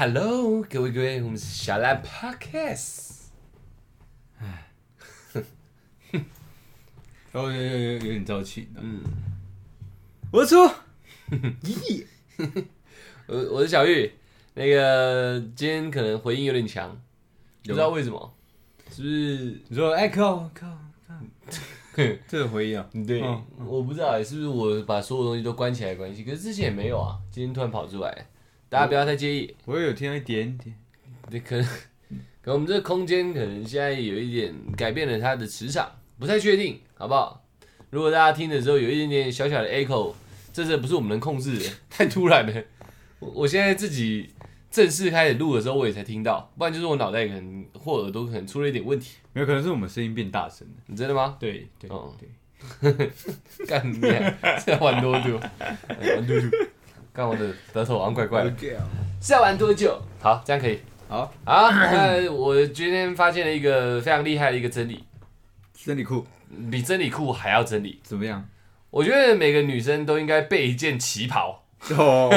Hello，各位各位，我们是小懒 Podcast。哦，有有有有点朝气。嗯，我是 初，咦，我我是小玉。那个今天可能回音有点强，不有知道为什么，是不是？你说，哎靠靠靠，这个回忆啊， 对，嗯我不知道欸是不是我把所有东西都关起来的关系，可是之前也没有啊，今天突然跑出来，大家不要太介意。我也有听到一点点。对，可能 可能我们这个空间可能现在有一点改变了它的磁场，不太确定，好不好？如果大家听的时候有一点点小小的 echo，这是不是我们能控制的？太突然了。 我我现在自己正式开始录的时候，我也才听到，不然就是我脑袋可能或耳朵可能出了一点问题。没有，可能是我们声音变大声了。你真的吗？ 对对哦对，干你啊！在玩多久？哎玩多久？干我的舌头好像怪怪的。这样。是要玩多久？好，这样可以。好，好，那我今天发现了一个非常厉害的一个真理，真理裤比真理裤还要真理。怎么样？我觉得每个女生都应该备一件旗袍，哦，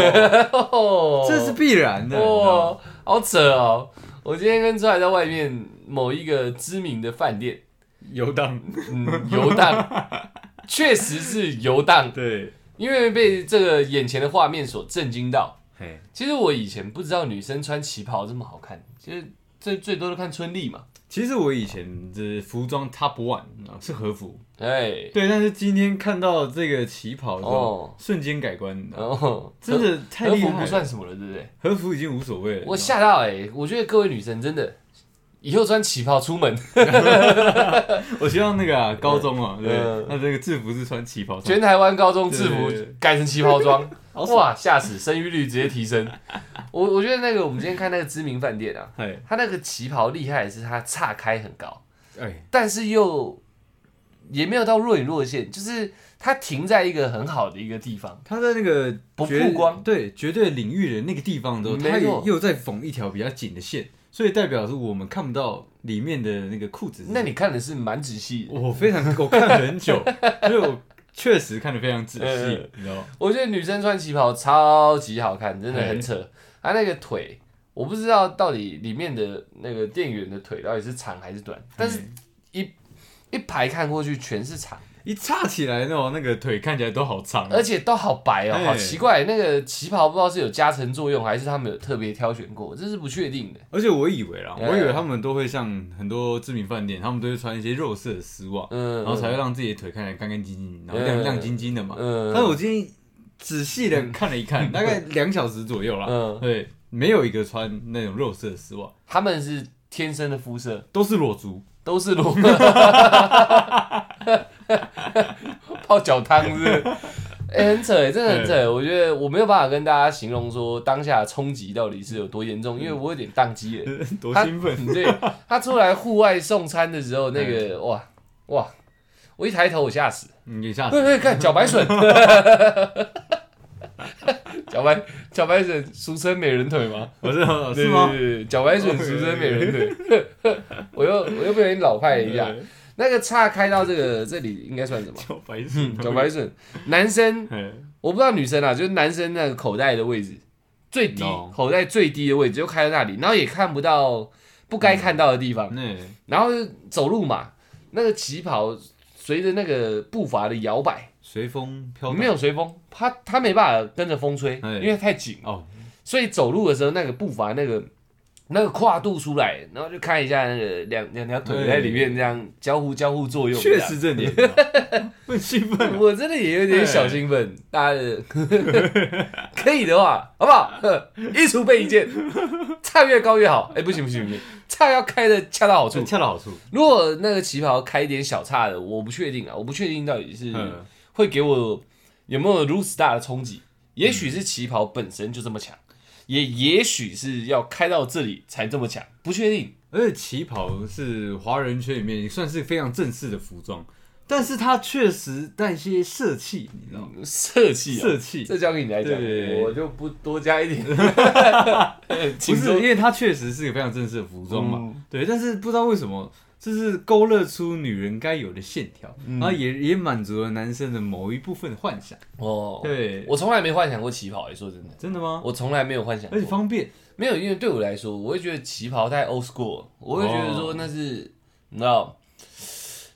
哦 这是必然的。哦，好扯哦！我今天跟出来在外面某一个知名的饭店，游荡。嗯，游荡，确实是游荡，对，因为被这个眼前的画面所震惊到。嘿，其实我以前不知道女生穿旗袍这么好看，其实最最多都看春丽嘛，其实我以前的服装 top one 啊是和服，哎，对，但是今天看到这个旗袍之哦后，瞬间改观，你知道吗然后真的太和厉服害不了。算什么了，对不对？和服已经无所谓了。我你知道吗吓到哎、我觉得各位女生真的以后穿旗袍出门， 我希望那个啊，高中啊，对嗯，那这个制服是穿旗袍穿，全台湾高中制服对对对改成旗袍装， 好爽哇，吓死！生育率直接提升。我我觉得那个我们今天看那个知名饭店啊，哎它那个旗袍厉害的是它岔开很高，哎，但是又也没有到若隐若现，就是它停在一个很好的一个地方。他在那个不绝曝光对绝对领域的那个地方之后，没他也错又在缝一条比较紧的线，所以代表是我们看不到里面的那个裤子。那你看的是蛮仔细的，我非常我看了很 久，所以我确实看得非常仔嗯细，你知道吗？我觉得女生穿旗袍超级好看，真的嘿很扯。她那个腿，我不知道到底里面的那个店员的腿到底是长还是短，但哎是一一排看过去全是长，一叉起来那种那个腿看起来都好长啊，而且都好白哦，嘿好奇怪。那个旗袍不知道是有加成作用，还是他们有特别挑选过，这是不确定的。而且我以为啦，嗯我以为他们都会像很多知名饭店，他们都会穿一些肉色的丝袜，嗯，然后才会让自己的腿看起来干干净净，然后嗯亮亮晶晶的嘛。嗯，但是我今天仔细的看了一看，大概两小时左右啦。嗯对，没有一个穿那种肉色的丝袜，他们是天生的肤色，都是裸足。 都是裸，泡脚汤是不 是。哎、很扯哎，真的很扯欸。我觉得我没有办法跟大家形容说当下的冲击到底是有多严重，因为我有点宕机 了。多他兴奋！对他出来户外送餐的时候，那哎个哇哇，我一抬头我吓死，你一 下对子，对，看茭白 笋，茭白茭白笋俗称美人腿吗？我知道对 是吗？对对对茭白笋俗称美人腿， 我又我又不小心老派了一下。嗯那个岔开到这个这里应该算什么？小嗯白 鼠，小白笋，男生嘿，我不知道女生啊，就是男生那个口袋的位置最低 No 口袋最低的位置就开到那里，然后也看不到不该看到的地方，那然后就走路嘛，那个旗袍随着那个步伐的摇摆，随风飘荡没有随风，他他没办法跟着风吹，哎因为太紧，哦，所以走路的时候那个步伐那个。那个跨度出来，然后就看一下那个两两条腿在里面这样交互交互作用，哎确这样实 这点，你知道吗很兴奋。啊我真的也有点小兴奋，哎大家 的可以的话，好不好？ 呵衣橱备一件，差越高越好。哎、不行不行不行，差要开的恰到好处。恰到好处，如果那个旗袍开一点小差的，我不确定啊，我不确定到底是嗯，会给我有没有如此大的冲击。也许是旗袍本身就这么强，也也许是要开到这里才这么强，不确定。而且旗袍是华人圈里面算是非常正式的服装，但是它确实带一些色气，你知道吗？色气、啊，色气这交给你来讲对，我就不多加一 点。不请是，说因为它确实是个非常正式的服装嘛，嗯对。但是不知道为什么，就是勾勒出女人该有的线条，嗯然后也也满足了男生的某一部分的幻想。哦，对，我从来没幻想过旗袍、欸，说真的，真的吗？我从来没有幻想过哎而且。方便，没有，因为对我来说，我会觉得旗袍太 old school，我会觉得哦说那是、你知道，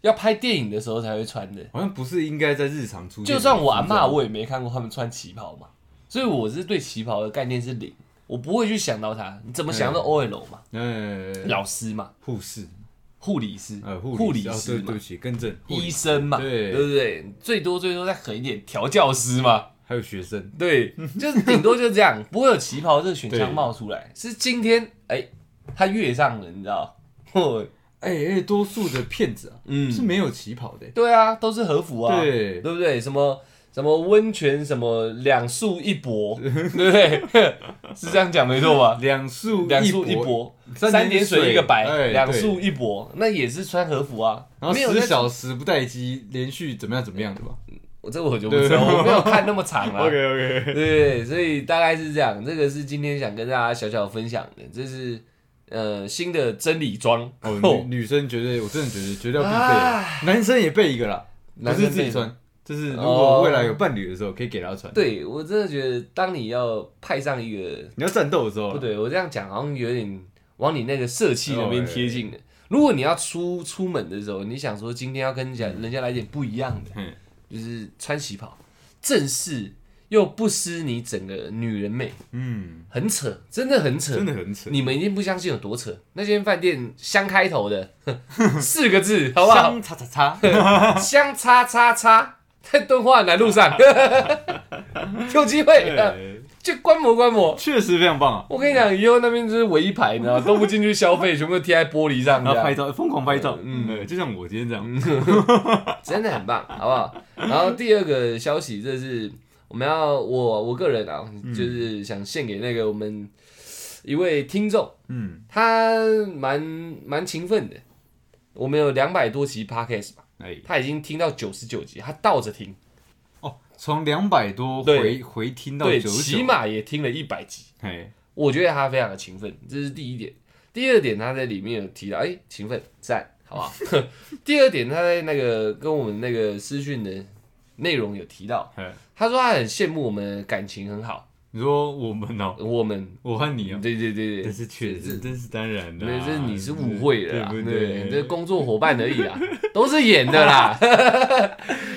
要拍电影的时候才会穿的。好像不是应该在日常出现的服装。就算我阿嬷，我也没看过他们穿旗袍嘛，所以我是对旗袍的概念是零，我不会去想到它。你怎么想到啊 OL 嘛，呃，老师嘛，护士，护理师，呃，护理师，哦师对，对嘛不，起，更正，护理医生嘛，对对不对？最多最多再狠一点，调教师 嘛。还有学生，对，就是顶多就这样，不会有旗袍这个选项冒出来。是今天，哎、他跃上了，你知道？ 哦哎哎，多数的骗子啊，嗯是没有旗袍的，对啊，都是和服啊，对对不对？什么什么温泉，什么两束一搏， 对不对？是这样讲没错吧？两束两束一一搏，搏，三点水一个白，哎两对束一搏，那也是穿和服啊。然后没有十那小时不待机，连续怎么样怎么样的吧我这我就不知道，我没有看那么长啊。 OK，对，所以大概是这样。这个是今天想跟大家小小分享的，这是呃新的真理装 啊哦，女女生绝对，我真的觉得绝对要必唉备，男生也备一个啦，不男生是自备己哦穿，就是如果未来有伴侣的时候，可以给他穿。对我真的觉得，当你要派上一个，你要战斗的时候啊，不对我这样讲好像有点往你那个社气那边贴近哦哎了。如果你要出出门的时候，你想说今天要跟人家人家来点不一样的，嗯就是穿旗袍，正式又不失你整个女人美，嗯，很扯，真的很扯，真的很扯。你们一定不相信有多扯。那间饭店“香”开头的 四个字，好不好？香叉叉叉，香叉叉叉， 在敦化南路 上，有机会呃对去观摩观摩。确实非常棒啊！我跟你讲，以后那边就是围一排，你知道吗，都不进去消费，全部都贴在玻璃上，然这后拍 样照，疯狂拍照，嗯，对就像我今天这样，真的很棒，好不好？然后第二个消息，这是我们要我我个人啊，嗯就是想献给那个我们一位听众，嗯，他蛮蛮勤奋的。我们有两百多集 podcast 嘛，哎，他已经听到九十九集，他倒着听，哦，从两百多对回回听到对，九十起九，码也听了一百集。哎，我觉得他非常的勤奋，这是第一点。第二点，他在里面有提到，哎、勤奋赞，好不好？ 第二点，他在那个跟我们那个私讯的内容有提到，嘿他说他很羡慕我们感情很好，你说我们哦，我们，我和你哦，对对对这对。是确实，这是当然的啊，那这你是误会了啦，对不对，啊对？这工作伙伴而已啦， 都是演的啦。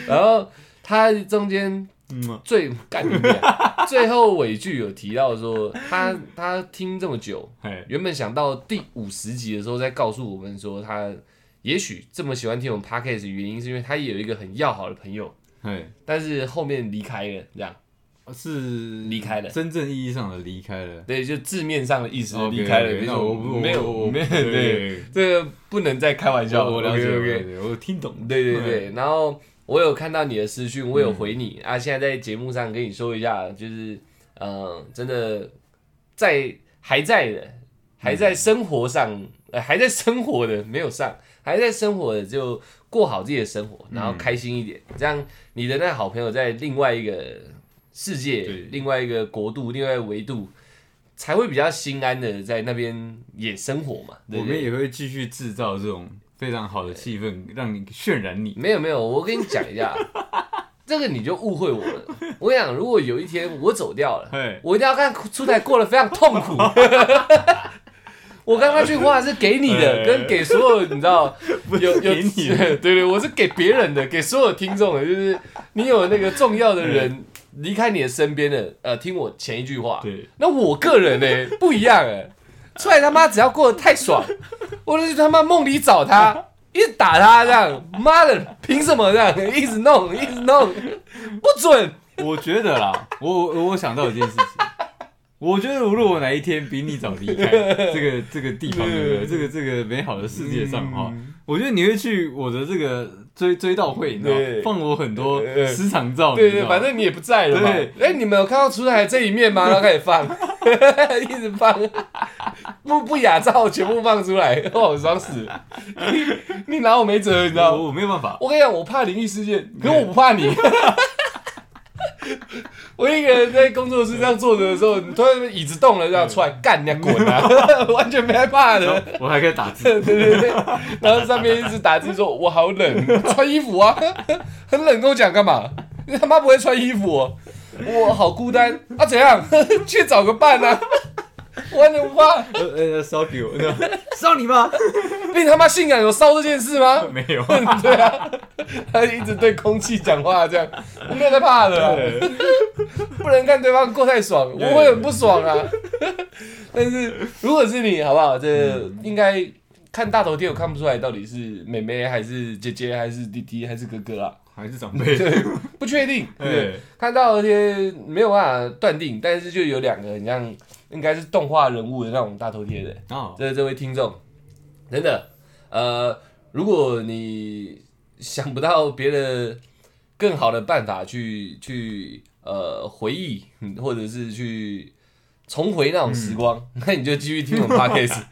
然后他中间嗯，最干你娘最后尾句有提到说，他他听这么久，哎，原本想到第五十集的时候再告诉我们说，他也许这么喜欢听我们 podcast 的原因是因为他也有一个很要好的朋友，哎，但是后面离开了，这样哦是离开了真正意义上的离开了，对，就字面上的意思离开了， OK，OK，没那错我不，没我有我没有对对，这个不能再开玩笑我我了解，我了 OK，OK 解，我听懂，对对对，然后我有看到你的私讯，我嗯有回你、啊。现在在节目上跟你说一下，就是呃，真的在还在的，还在生活上，嗯呃，还在生活的没有上，还在生活的就过好自己的生活，嗯然后开心一点，这样你的那好朋友在另外一个世界对、另外一个国度、另外一个维度。才会比较心安的在那边也生活嘛，对我不对们也会继续制造这种非常好的气氛，让你渲染你。没有没有，我跟你讲一 下，这个你就误会我了。我跟你讲，如果有一天我走掉了，嘿，我一定要看出台过得非常痛 苦。我刚刚那句话是给你的，哎跟给所有你知道有有给你 对对，我是给别人的，给所有听众的，就是你有那个重要的人离开你的身边的，呃，听我前一句话，对，那我个人呢、不一样哎、 出来他妈只要过得太 爽，我就去他妈梦里找他，一直打他这样，妈的，凭什么这样一直弄一直弄，不准我觉得啦，我我我想到一件事情，我觉得如果我哪一天比你早离 开这个这个地方，对不对？嗯这个这个美好的世界上哈，我觉得你会去我的这个追追悼会，你知道吗对，放我很多对对私藏照，对你知对，道吗反正你也不在了嘛。哎对、你们有看到出来这一面吗？然后开始放， 一直放，不不雅照全部放出来，哦，爽死了！你你拿我没辙，你知道吗？我我没有办法，我跟你讲，我怕灵异事件，可我不怕你。 我一个人在工作室这样坐着的时候，你突然椅子动了，这样出来干，你要滚啊！ 完全没害怕然的。后我还可以打字，对对对，然后上面一直打字说：“我好冷，穿衣服啊，很冷，跟我讲干嘛？你他妈不会 穿衣服哦、我好孤单啊，怎样？去找个伴啊！”我很怕， 呃呃，烧给我， 烧你 妈！你他妈性感有骚这件事 吗？没有，对啊，他一直对空气讲话，这样我没有在怕的啊，不能 看对方过太爽，我会很不爽啊。 但是如果是你，好不好？这应该看大头贴，我看不出来到底是妹妹还是姐姐还是弟弟还是哥哥啊，还是长辈。不确定。对，对，看大头贴没有办法断定，但是就有两个很像，应该是动画人物的那种大头贴的。哦，这这位听众，真的，呃，如果你想不到别的更好的办法去去呃回忆，嗯或者是去重回那种时光， 那你就继续 听我们 podcast。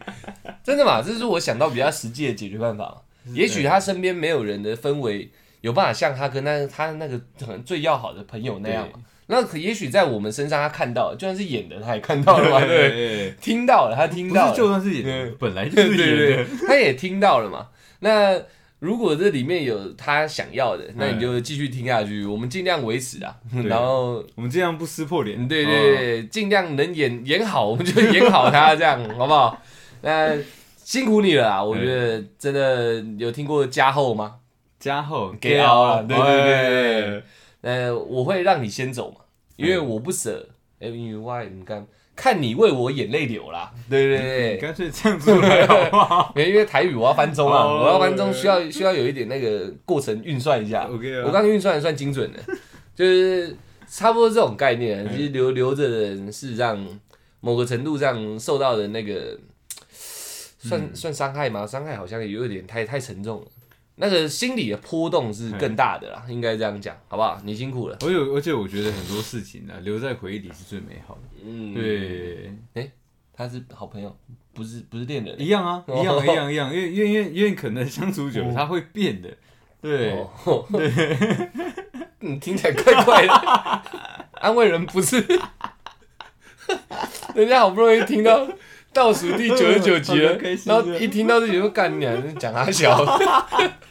真的嘛，这是我想到比较实际的解决办法嘛。也许他身边没有人的氛围有办法像他跟他他那个可能最要好的朋友那样嘛。那可也许在我们身上他看到了，就算是演的他也看到了嘛，对不对。哦对，听到了，他听不到了，是就算是演的，本 来就是演 的。他也听到了嘛。那如果这里面有他想要的，那你就继续听下去，我们尽量维持啊。哎对哦然后，嗯我们这样不撕破脸，对对对，尽量能演演好， 我们就演好他，这样好不好？那辛苦你哎了啊！我觉得真的有听过加厚吗？加厚给凹啊对对对对对，呃，我会让你先走嘛，因为我不舍。哎，因为我你看，看你为我眼泪流啦，对对对 你，干脆这样出来好不 好没有，因为台语我要翻中啊，哦我要翻中需要需要有一点那个过程运算一下。 ？OK 我啊，刚刚运算的算精准的， 就是差不多这种概念。其实留留着的人是让某个程度上受到的那个算算伤害吗？伤害好像也有点太太沉重了，那个心理的波动是更大的啦，应该这样讲，好不好？你辛苦了，而且而且我觉得很多事情啊，留在回忆里是最美好的。嗯，，对，他是好朋友，不是不是恋人一，样啊，哦一样一样一样，因为因为因为因为可能相处久了，它会变的。对，哦， 对，你听起来怪怪的， 安慰人不是？ 人家好不容易听到倒数第九十九 集了好开，心然啊后一听到这集就干你啊，讲他小，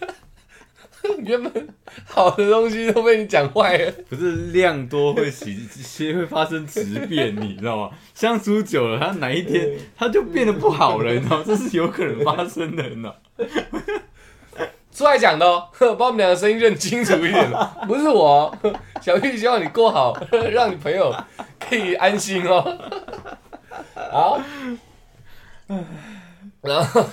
原本好的东西都被你讲坏了，不是量多会起，先会发生质变，你知 道吗？相处久了，它哪一天它就变得不好了，你知道吗？ 这是有可能发生的，你知 道吗？出来讲的哦， 把我们两个声音认清楚一点，不是我 哦，小玉希望你过好， 让你朋友可以安心哦。 好，然后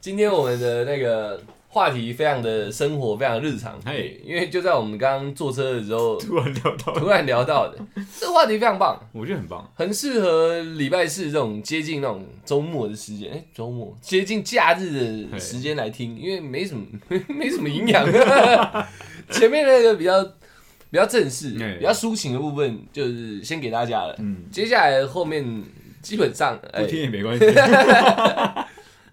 今天我们的那个话题非常的生活，非常日常，嘿因为就在我们刚刚坐车的时 候哎突然聊到，突然聊到的，这个话题非常棒，我觉得很棒。很适合礼拜四这种接近那种周末的时间，哎、周末接近假日的时间来听，因为没什么 没什么营养。 前面那个比较比较正式、对比较抒情的部分，就是先给大家了。嗯，接下来后面基本上，哎、不听也没 关系。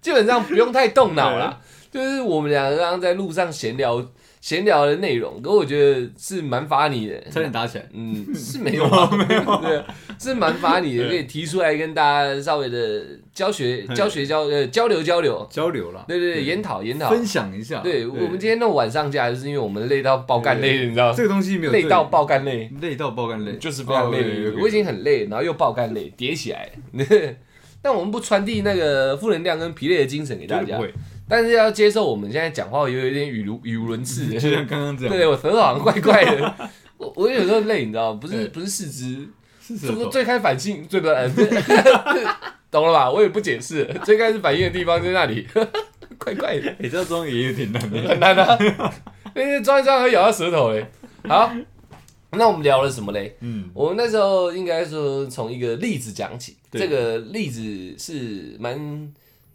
基本上不用太动脑啦，哎就是我们两个刚刚在路上闲聊闲聊的内容，可我觉得是蛮乏你的，差点打起来。嗯，是没有 啊，没有，对，是蛮乏你的，对可以提出来跟大家稍微的教 学、嗯教学交呃交流交流，交流啦，对对对，研讨研讨。分享一下。对我们今天弄晚上架，就是因为我们累到爆干累，你知道吗，这个东西没有累到对，爆干累，累到爆干累，就是非常累哦对的对意思。对我已经很累，然后又爆干累，叠起来。 但我们不传递那个负能量跟疲累的精神给大绝对家不，会，但是要接受我们现在讲话有有一点语无语无伦次 就像刚刚这样，对，我舌头好像怪怪的。我我有时候累，你知道吗？不是对不是四肢，是这舌不头最开反应，最不呃，对 懂了吧？我也不解释，最开始反应的地方在那里， 怪怪的，哎你这装也有点难的。很难啊。那些装一装还咬到舌头嘞。好，那我们聊了什么嘞？嗯，我们那时候应该说从一个例子讲起，对这个例子是蛮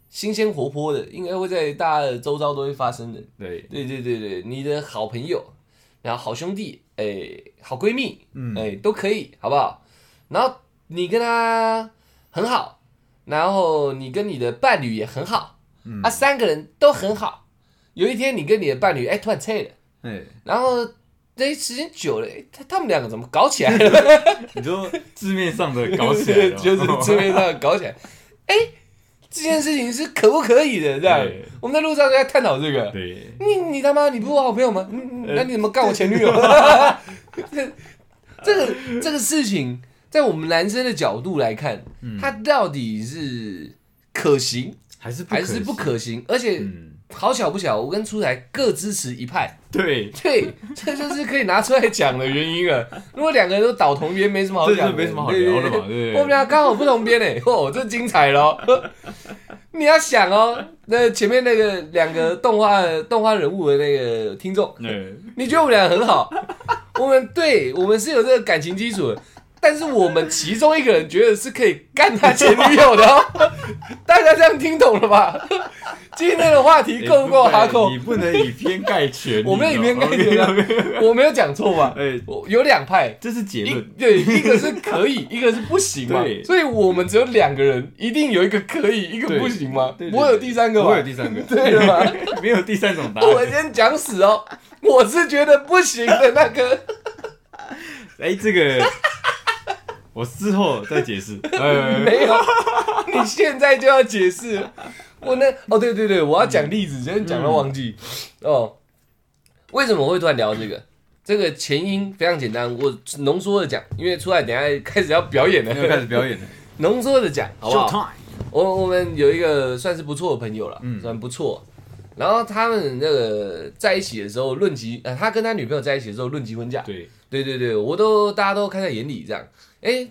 新鲜活泼的，应该会在大家的周遭都会发生的。对，对对对对，你的好朋友，然后好兄弟，哎、好闺蜜，嗯哎、都可以，好不好？然后你跟他很好，然后你跟你的伴侣也很好，嗯啊，三个人都很好。有一天你跟你的伴侣，哎、突然拆了，哎， 然后这时间久了，哎他他们两个怎么搞起来了？你说字面上的搞起 来 了，哦就是字面上搞起来，哎、这件事情是可不可以的？这样对，我们在路上就在探讨这个。对，你你他妈你不是我好朋友呃吗？ 嗯嗯那你怎么干我前女友？这这个这个事情，在我们男生的角度来看，嗯它到底是可行还是不还是不不？可行？而且嗯，好巧不巧，我跟出台各支持一派，对，对， 这就是可以拿出来讲的原因了。如果两个人都倒同边，没什么好这讲就的，没什么好聊对的嘛，对我们不对？俩刚好不同边诶， 哦，这精彩咯。 你要想哦，那前面那个两个动画动画人物的那个听众，对，你觉得我们俩很好？ 我们对我们是有这个感情基础的，但是我们其中一个人觉得是可以干他前女友的、哦， 大家这样听懂了吧？ 今天的话题够不够哈扣你？哎不能以偏概 全，我没有以偏概全你知道啊吗 OK，OK，我没有讲错吧？哎，我有两派，这是结一论，对，一个是可以，一个是不行嘛。对所以我们只有两个人，一定有一个可以，一个对不行嘛对。对我有第三个不嘛，会有第三个， 对了吧？没有第三种答我案。先讲死哦，我是觉得不行的那个。哎，这个我事后再解释。哎，没有，你现在就要解释。我那哦，对对对，我要讲例子，真的讲嗯到忘记、哦。为什么会突然聊这个？这个前因非常简单，我浓缩的讲，因为出来等一下开始要表演要开了，始表演了，浓缩的讲好不好？ Showtime 我我们有一个算是不错的朋友了，嗯算不错。然后他们那个在一起的时候论及，呃，他跟他女朋友在一起的时候论及婚嫁，对，对对对，我都大家都看在眼里这样。哎，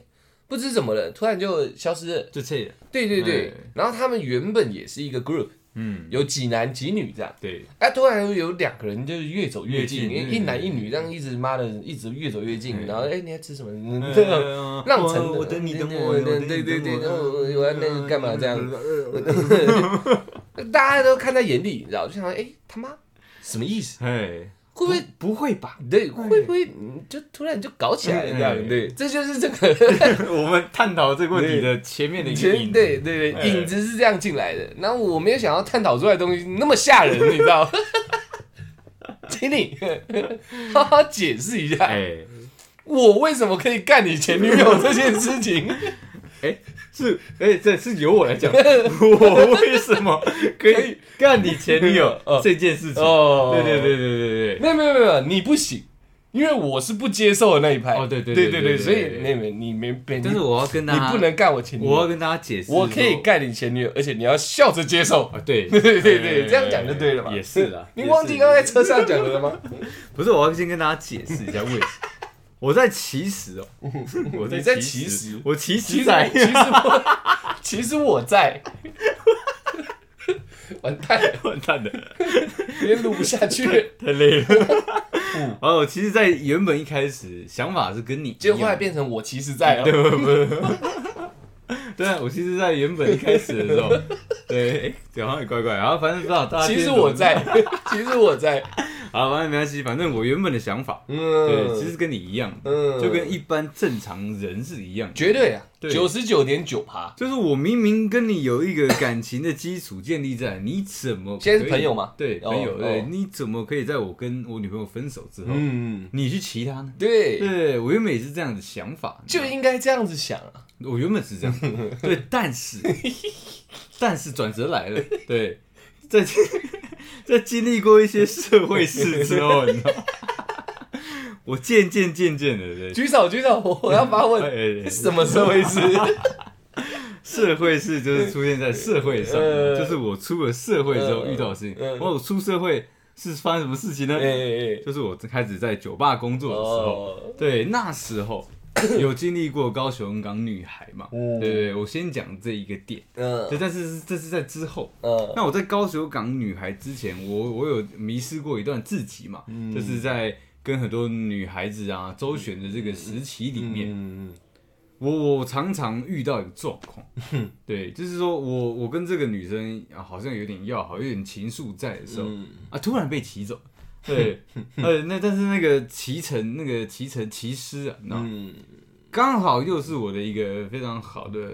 不知怎么了，突然就消失了。就这了。对对对哎，然后他们原本也是一个 group，嗯，有几男几女这样，对，哎，突然有两个人就是越走越近，越近因为嗯一男一女这样一直妈的一直越走越近，嗯然后哎你要吃什么？嗯 这个嗯让成我我等你等我，对我等你对对对等我我要那个干嘛这样嗯大家都看在眼里，你知道，就想哎他妈什么意思？哎，会不会？不会吧？对，哎会不会嗯就突然就搞起来了这样？哎对，这就是这 个 我们探讨这个问题的前面的一个前影子，对对对哎影子是这样进来的。然后我没有想要探讨出来的东西那么吓人，你知道？ 请你 好好解释一下。哎，我为什么可以干你前女友这件事 情？是哎，这是由我来 讲，我为什么可以干你前女友 哦这件事 情？哦对对对对对对，没有没有没有，你不行，因为我是不接受的那一派。哦对对对对对对，对对所以对那没你没被，但是我要跟你大家，不，能干我前女我要友，跟大家解释，我可以干你前女友，而且你要笑着接受。啊，对 对对对对，这样讲就对了嘛。也是啦， 你也忘记是刚才车上讲的了哎吗？不是，我要先跟大家解释一下为 什么。我在其实哦， 我你在其其实我 其其实实在我，其实我其实我在， 完蛋了， 完蛋的，有点录不下去了。太累了。 哦，我其实，在原本一开始想法是跟你一嗯样，结果后来变成我其实在对哦，不不不， 对啊，我其实，在原本一开始的时 候，对，哎，这好像也怪怪，然后反正不知道大家 其今实天怎么我，在， 其实我在，啊，反正没关系，反正我原本的想法，嗯，对，其实跟你一样，嗯就跟一般正常人是一样的，绝对啊，对九十九点九趴，就是我明明跟你有一个感情的基础建立在，你怎么可以现在是朋友吗对，哦朋友，对，哦你怎么可以在我跟我女朋友分手之后，嗯，你去骑她呢？对，对我原本也是这样的想法，就应该这样子想啊，我原本是 这样，对，但是但是转折来了，对，在在经历过一些社会事之后，你知 道吗，我渐渐渐渐的，对，举手举手，我我要发问，哎哎哎什么社会事？社会是就是出现在社会上，呃就是我出了社会之后遇到的事情。呃呃然后我出社会是发生什么事情呢 哎？哎哎，就是我开始在酒吧工作的时候， 哦，对，那时候有经历过高雄港女孩嘛？嗯对对对，我先讲这一个点，对，嗯但是这是在之后。嗯，那我在高雄港女孩之前，我我有迷失过一段自己嘛，嗯就是在跟很多女孩子啊周旋的这个时期里面，嗯我我常常遇到一个状况，对，就是说我我跟这个女生啊好像有点要好，有点情愫在的时候、嗯啊，突然被骑走，对，呃，那但是那个骑乘那个骑乘骑师啊，那嗯刚好又是我的一个非常好的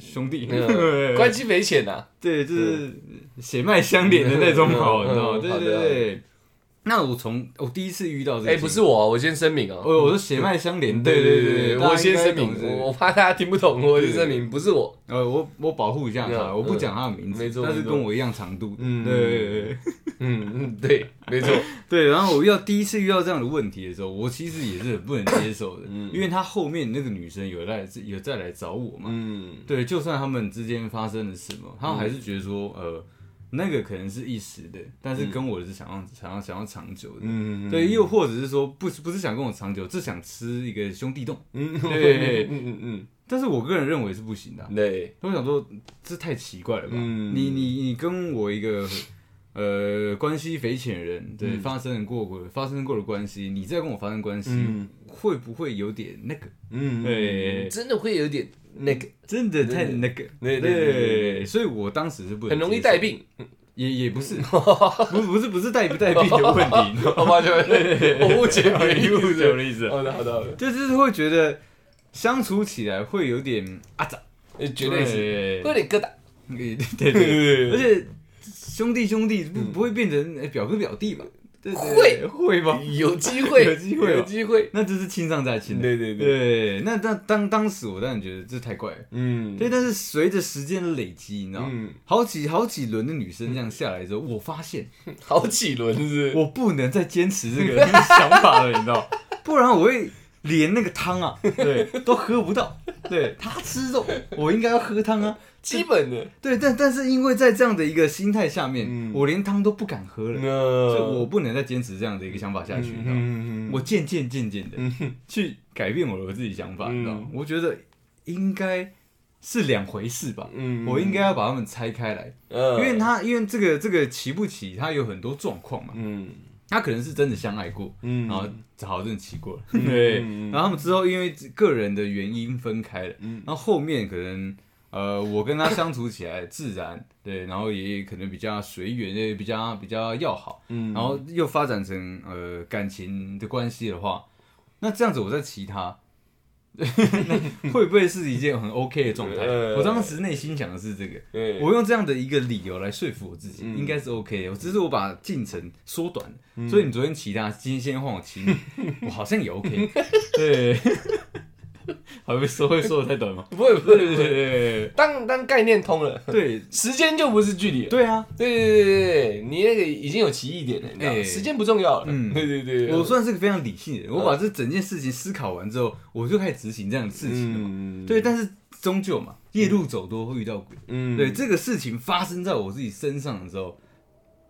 兄弟，嗯，关系匪浅呐，对，就是血脉相连的 那种好，嗯你知道吗？嗯对好的对对。那我从我第一次遇到这个，哎，不是，我，我先声明哦。我我说血脉相连，对对对对对对对，对，大家我先应该声懂明，这个我我怕大家听不懂，我先声明，不是我，呃，我我保护一下对啊他，我不讲他的名字，嗯没错但是没错跟我一样长度，嗯对对对，对嗯嗯，对，没错，对，然后我遇到第一次遇到这样的问题的时候，我其实也是很不能接受的，嗯因为他后面那个女生有来有再来找我嘛，嗯对，就算他们之间发生了什么，他们还是觉得说，呃，那个可能是一时的，但是跟我是想要想要想要长久的，嗯，对，又或者是说不是不是想跟我长久，只想吃一个兄弟洞，嗯，对嗯嗯嗯但是我个人认为是不行的啊、嗯，对，我想说这太奇怪了吧，嗯你你你跟我一个。呃，关系匪浅人，对，嗯发生过过发生过的关系，你再跟我发生关系，嗯会不会有点那个？嗯，对真的会有点那个，真的太那个，对对对对所以我当时是不能很容易接受带病。也也不是，不不是不是带不带病的问 题，你知道吗好吧，就我误解我你 误解我的的意意思。思好的，好的，好的，就是会觉得相处起来会有点阿杂，呃绝对是，是会有对点疙瘩。 对对对，而且兄弟兄弟不不会变成哎表哥表弟吧？对对对会吧？有机会，有机会哦有机会。那就是亲上加亲的，对对对对。那那当当时我当然觉得这太怪了，嗯，对。但是随着时间的累积，你知道吗，嗯，好几好几轮的女生这样下来之后，我发现好几轮是不是， 我不能再坚持这个 想法了，你知道？不然我会连那个汤啊，对，都喝不到。对他吃肉，我应该要喝汤啊。基本的。对，但但是因为在这样的一个心态下面，嗯我连汤都不敢喝了，那所以我不能再坚持这样的一个想法下去，你知道吗？嗯我渐渐渐渐的去改变我的自己想法，嗯你知道吗？我觉得应该是两回事吧。嗯我应该，要把它们拆开来，因因为，他因为这个这个起不起，它有很多状况嘛。嗯他可能是真的相爱过，嗯然后正好真的骑过了， 对，嗯嗯然后他们之后因为个人的原因分开了，嗯然后后面可能呃我跟他相处起来自然，对，然后也可能比较随缘，也比较比较要好，嗯，然后又发展成呃感情的关系的话，那这样子我再骑他。 那会不会是一件很 OK 的状态？ 呃我当时内心想的是这个，对，我用这样的一个理由来说服我自己，嗯应该是 OK 的。我只是我把进程缩短了，所以你昨天骑他，今天先换我骑 你，我好像也 OK。对， 还会说会说的太 短吗？不会不会对不对会，对当当概念通了，对时间就不是距离了。对啊！对对对对对，你那个已经有歧义点了，你知道吗，哎时间不重要了。嗯对对对，对啊我算是个非常理性的人，我把这整件事情思考完之后，我就开始执行这样的事情了嘛。嗯，对，但是终究嘛，夜路走多会遇到鬼。嗯对，这个事情发生在我自己身上的时候，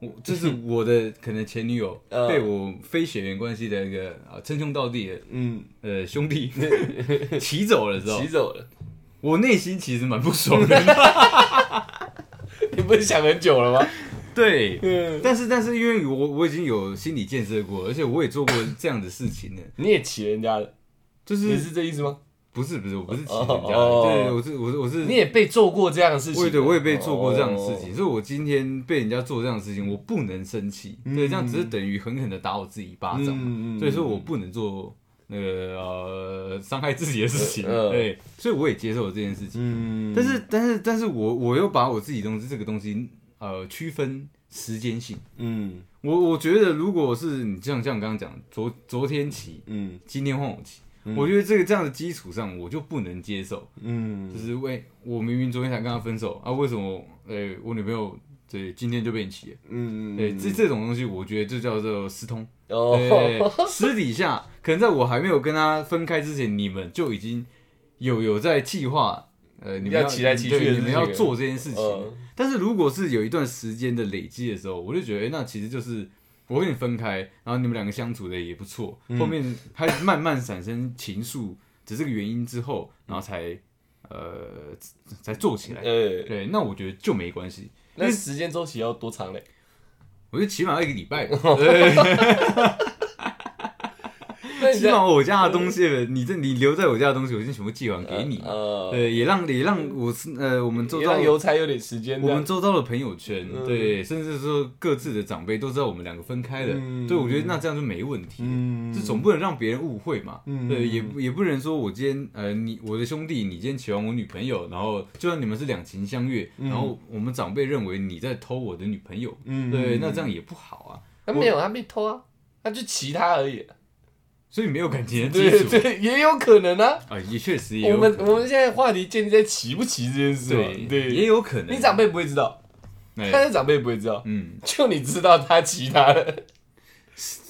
我 就是我的可能前女友呃对我非血缘关系的一个啊称兄道弟的嗯，呃兄弟 骑走了之后骑，走了。我内心其实蛮不 爽的。你不是想很久了吗？对，嗯，但是但是因为我我已经有心理建设过，而且我也做过这样的事情了，你也骑人家的，就你是是这意思吗？不是不是我不是骑人家的，哦对，我是我是我是你也被做过这样的事情的，我也对，我也被做过这样的事情，哦。所以我今天被人家做这样的事情，我不能生气，嗯对，这样只是等于狠狠的打我自己一巴嗯掌嗯嗯嘛，所以说我不能做那个呃伤害自己的事情，呃对，所以我也接受了这件事情，嗯但是但是但是我我又把我自己东西这个东西呃区分时间性，嗯我我觉得如果是你像像我刚刚讲昨昨天起，嗯今天换我起。我觉得这个这样的基础上，我就不能接受，嗯就是为我明明昨天才跟他分手啊，为什么呃、我女朋友对今天就被你骑了？嗯，对、这这种东西，我觉得就叫做私通。对、 哦，私底下可能在我还没有跟他分开之前，你们就已经有有在计划，呃，你们要骑来骑去的对事情你们要做这件事情。嗯但是如果是有一段时间的累积的时候，我就觉得，诶那其实就是。我跟你分开，然后你们两个相处的也不错，嗯后面开始慢慢产生情愫的这个原因之后，然后才呃才做起来。呃，对，那我觉得就没关系，那时间周期要多长嘞？我觉得起码要一个礼拜 吧。那你起在码我家的东西，你这你留在我家的东西，我已经全部寄还给你。呃，对，也让也让我是呃，我们周也遭让邮差有点时间这我样。们周遭的朋友圈，嗯对，甚至说各自的长辈都知道我们两个分开了，嗯对，我觉得那这样就没问题。嗯这总不能让别人误会嘛，嗯对，也也不能说我今天呃，你我的兄弟，你今天喜欢我女朋友，然后就算你们是两情相悦，然后我们长辈认为你在偷我的女朋友，嗯对，那这样也不好啊，他没有，他没偷啊，他就骑他而已。所以没有感情的基对础啊、对，也有可能啊。也确实也我有们可能我们现在话题建立在骑不骑这件事嘛对。对，也有可能，你长辈不会知道，哎他的长辈不会知道，嗯，就你知道他其他的，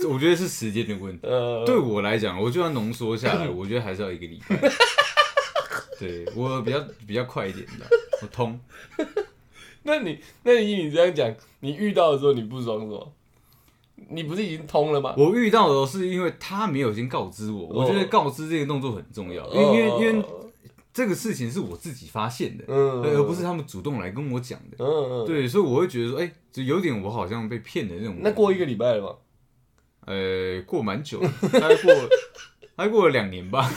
我觉得是时间的问题。呃，对我来讲，我就要浓缩下 来，我觉得还是要一个礼拜。对我比较比较快一点的，我通。 那你那你以你这样讲，你遇到的时候你不爽什么？你不是已经通了吗？我遇到的是因为他没有先告知我，我觉得告知这个动作很重要，因为因为因为哦这个事情是我自己发现的，嗯，而不是他们主动来跟我讲的。嗯嗯，嗯，对，所以我会觉得说，哎，就有点我好像被骗的那种。那过一个礼拜了吗？ 呃过蛮久的，大概过大概过了两年吧。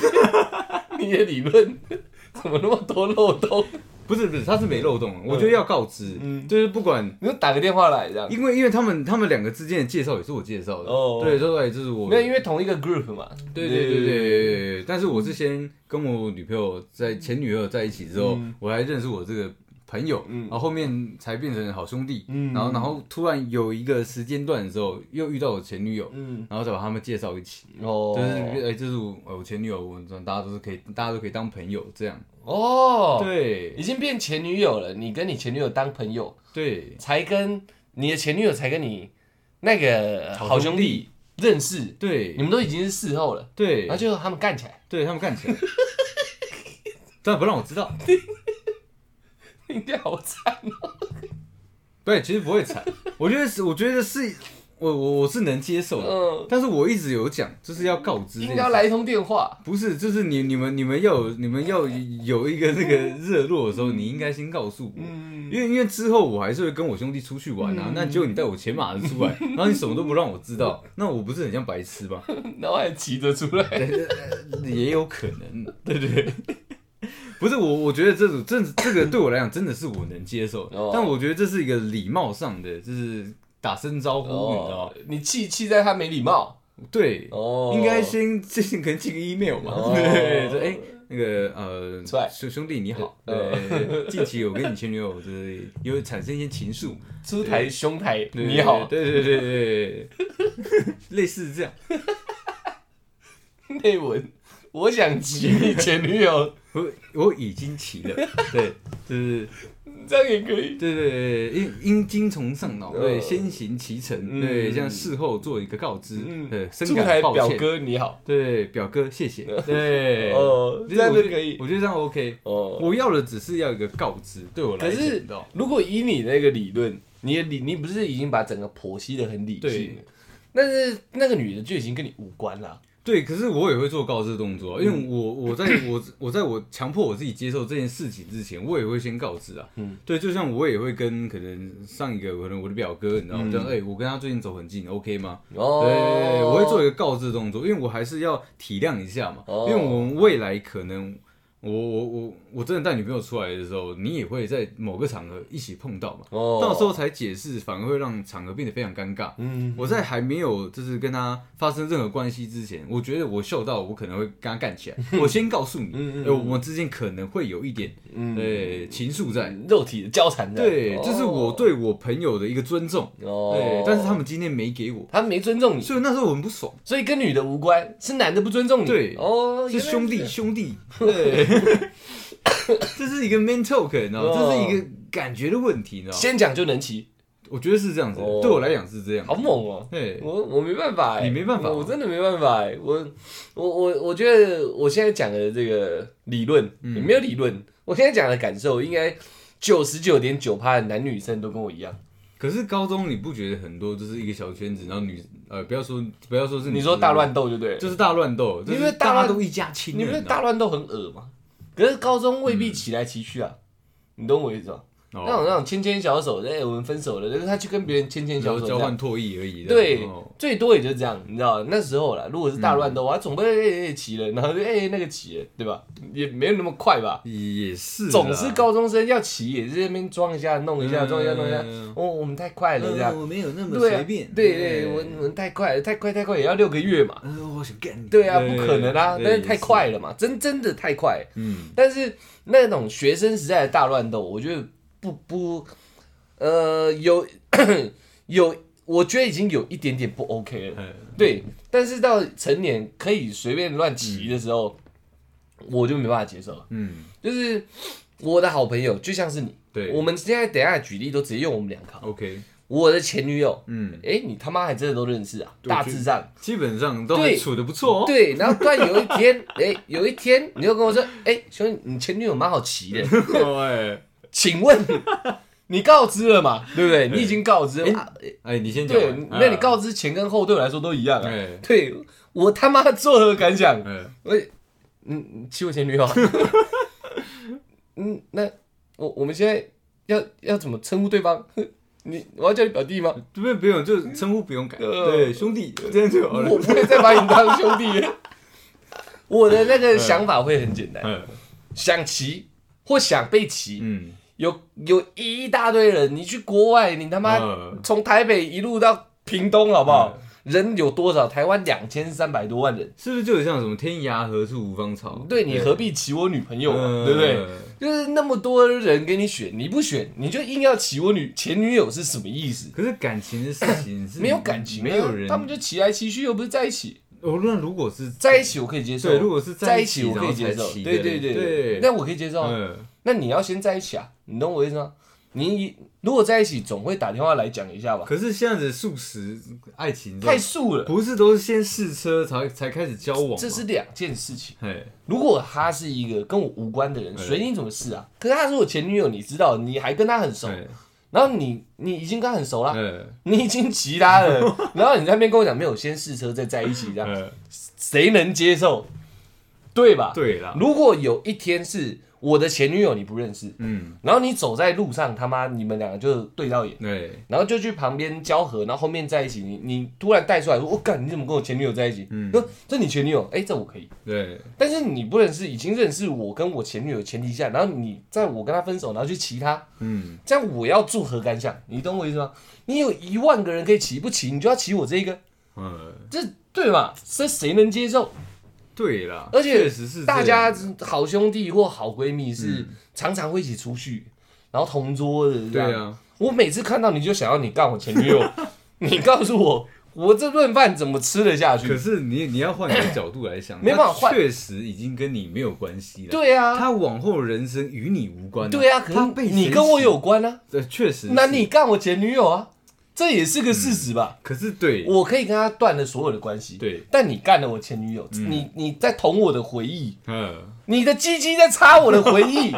你的理论 怎么那么多漏洞？ 不是不是，他是没漏洞，我觉得要告知，嗯就是不管，你就打个电话来这样，因为因为他们他们两个之间的介绍也是我介绍的，哦对，说哎这是我，没有，因为为同一个 group 嘛。对对对对对对，但是我是先跟我女朋友在前女友在一起之后，嗯我还认识我这个朋友，嗯然后后面才变成好兄弟，嗯然后然后突然有一个时间段的时候，又遇到我前女友，嗯，然后再把他们介绍一起。哦，就是哎、这是我我前女友，我大家都是可以，大家都可以当朋友这样。哦，，对已经变前女友了，你跟你前女友当朋友，对才跟你的前女友才跟你那个好兄弟认识，你对们都已经是事后了，对，然后就他们干起 来，对他们干起来，但不让我知道。你这好惨哦。对，其实不会惨，我觉得是，我觉得是，我我我是能接受的，嗯，但是我一直有讲，就是要告知这应件该要事。来一通电话。不是，就是你你们你们要有你们要有一个那个热络的时候，你应该先告诉我，嗯，因为因为之后我还是会跟我兄弟出去玩啊，嗯那结果你带我前马子出来，然后你什么都不让我知道，那我不是很像白痴吗？然后还骑着出来。也有可能，对不对？不是我，我觉得这种这这个对我来讲真的是我能接受的哦，但我觉得这是一个礼貌上的，就是打声招呼，你知道吗哦，你气气在他没礼貌。对，哦，应该先先可能寄个 email 嘛，哦对，说哎。那个呃出来，兄兄弟你好，对对，近期我跟你前女友就是有产生一些情愫，出台凶台，对你好，对对对对对对，类似这样，内文，我想骑你前女友， 我我已经齐了，对，就是这样也可以。对对对，因因精虫上脑，对，呃先行其成，嗯对，向事后做一个告知，对，深出感台抱表歉，哥你好，对，表哥，谢谢，对，哦，其这实样我就觉得可以。我觉得这样 OK。哦，我要的只是要一个告知，对我来可是讲到，如果以你那个理论，你的理你不是已经把整个剖析的很理性了？但是那个女的就已经跟你无关了。对，可是我也会做告知动作啊，因为我我在我我在我强迫我自己接受这件事情之前，我也会先告知啊，嗯对，就像我也会跟可能上一个可能我的表哥，你知道吗？嗯这样，哎，我跟他最近走很近，OK 吗？哦，对，我会做一个告知动作，因为我还是要体谅一下嘛，哦因为我们未来可能。我我我我真的带女朋友出来的时候，你也会在某个场合一起碰到嘛？哦，到时候才解释，反而会让场合变得非常尴尬。嗯，我在还没有就是跟她发生任何关系之前，我觉得我嗅到我可能会跟她 干起来。我先告诉你，嗯嗯嗯呃我们之间可能会有一点嗯对情愫在。肉体的交缠的，对，哦这是我对我朋友的一个尊重。哦，对，但是他们今天没给我，他们没尊重你，所以那时候我很不爽。所以跟女的无关，是男的不尊重你，对哦，是原来兄弟这样，兄弟，对， 这是一个 man talk，你知道吗，这哦是一个感觉的问题，你知道吗，先讲就能骑，我觉得是这样子哦，对我来讲是这样好，猛哦。对，我我没办法、欸，你没办法我我真的没办法、欸，我我我我觉得我现在讲的这个理论、嗯也没有理论，我现在讲的感受应该九十九点九趴的男女生都跟我一样。可是高中你不觉得很多就是一个小圈子，然后女呃不要说不要说是女你说大乱斗就对了，嗯就是大乱斗，你就们是大大乱家都一家亲你人不啊，是大乱斗很恶吗？可是高中未必骑来骑去啊，嗯你懂我意思吗？那种哦，那种牵牵小手，哎、我们分手了，但是他去跟别人牵牵然小后手，哦交换唾液而已，对哦，最多也就这样，你知道那时候啦，如果是大乱斗，我还总不会哎哎骑了，然后就哎、哎那个骑了，对吧？也没有那么快吧。也是啦，总是高中生要骑，也是在那边装一下、弄一下、装一下、弄一下嗯。哦，我们太快了，这样呃。我没有那么对啊随便，，对对，我我们太快了，太快太快也要六个月嘛。呃我想干你，对啊，不可能啊，对但是也太快了嘛，真真的太快。嗯，但是那种学生时代的大乱斗，我觉得不不，呃，有 有，我觉得已经有一点点不 OK 了。呃对，但是到成年可以随便乱骑的时候，我就没办法接受了。嗯就是我的好朋友，就像是你，对，我们现在等一下举例都直接用我们两个好了。 OK，我的前女友，嗯，哎、你他妈还真的都认识啊？对大就智障。基本上都还对处的不错哦。对，然后突然有一天，哎、有一天你就跟我说，哎、兄弟，你前女友蛮好奇的， 对，请 问你告知了嘛？对不对？你已经告知了，啊哎，你先讲对完。，那你啊，告知前跟后对我来说都一样啊。哎，对我他妈作何感想？嗯，我嗯，欺我前女友。 嗯，那我我们现在要要怎么称呼对方？ 你我要叫你表弟吗？不用不用，就称呼不用改。呃哦对，兄弟，这样就好我了。不会再把你当兄 弟了。我的那个想法会很简单，嗯想骑或想被骑，嗯，有有一大堆人，你去国外，你他妈嗯从台北一路到屏东，好不好？人有多少？台湾两千三百多万人，是不是就有像什么天涯何处无芳草？对你何必骑我女朋友啊？嗯对不对？？就是那么多人给你选，你不选，你就硬要骑我女前女友是什么意思？可是感情的事情是没有感情啊，没有人。他们就骑来骑去，又不是在一起，哦，那如果是在一起我可以接受，对，如果是在一一起我可以接受，对对对对对。那我可以接受啊。嗯，那你要先在一起啊，你懂我意思吗？你如果在一起，总会打电话来讲一下吧。可是这样子素食爱情这太种素了，不是都是先试车才才开始交往吗？哎这是两件事情。嘿，如果他是一个跟我无关的人，对随你怎么试啊。可是他是我前女友，你知道，你还跟他很熟，对，然后你你已经跟他很熟了，嗯你已经骑他 了，然后你在那边跟我讲没有，先试车再在一起，这样嗯，谁能接受？对吧？对啦，如果有一天是我的前女友你不认识，嗯，然后你走在路上，他妈你们两个就对到眼，对，然后就去旁边交合，然后后面在一起，你你突然带出来说，我、哦干，你怎么跟我前女友在一起？嗯那这你前女友，哎、这我可以，对，但是你不能是已经认识我跟我前女友的前提下，然后你在我跟她分手，然后去骑她，嗯，这样我要作何感想？你懂我意思吗？你有一万个人可以骑，不骑你就要骑我这一个，嗯，这对吧？这谁能接受？对啦，而且确实是大这样家好兄弟或好闺蜜是常常会一起出去，然后同桌的这样。对啊，我每次看到你就想要你干我前 女友，你告诉我我这顿饭怎么吃得下可去？是你你要换个角度来想，没办法换他确实已经跟你没有关系了。对啊，他往后人生与你无关、对啊，可他被是谁你跟我有洗，关啊，呃，确实是。那你干我前女友啊，这也是个事实吧？可是对，我可以跟她断了所有的关系，对，但你干了我前女友，你你在捅我的回忆，嗯，你的鸡鸡在插我的回 忆，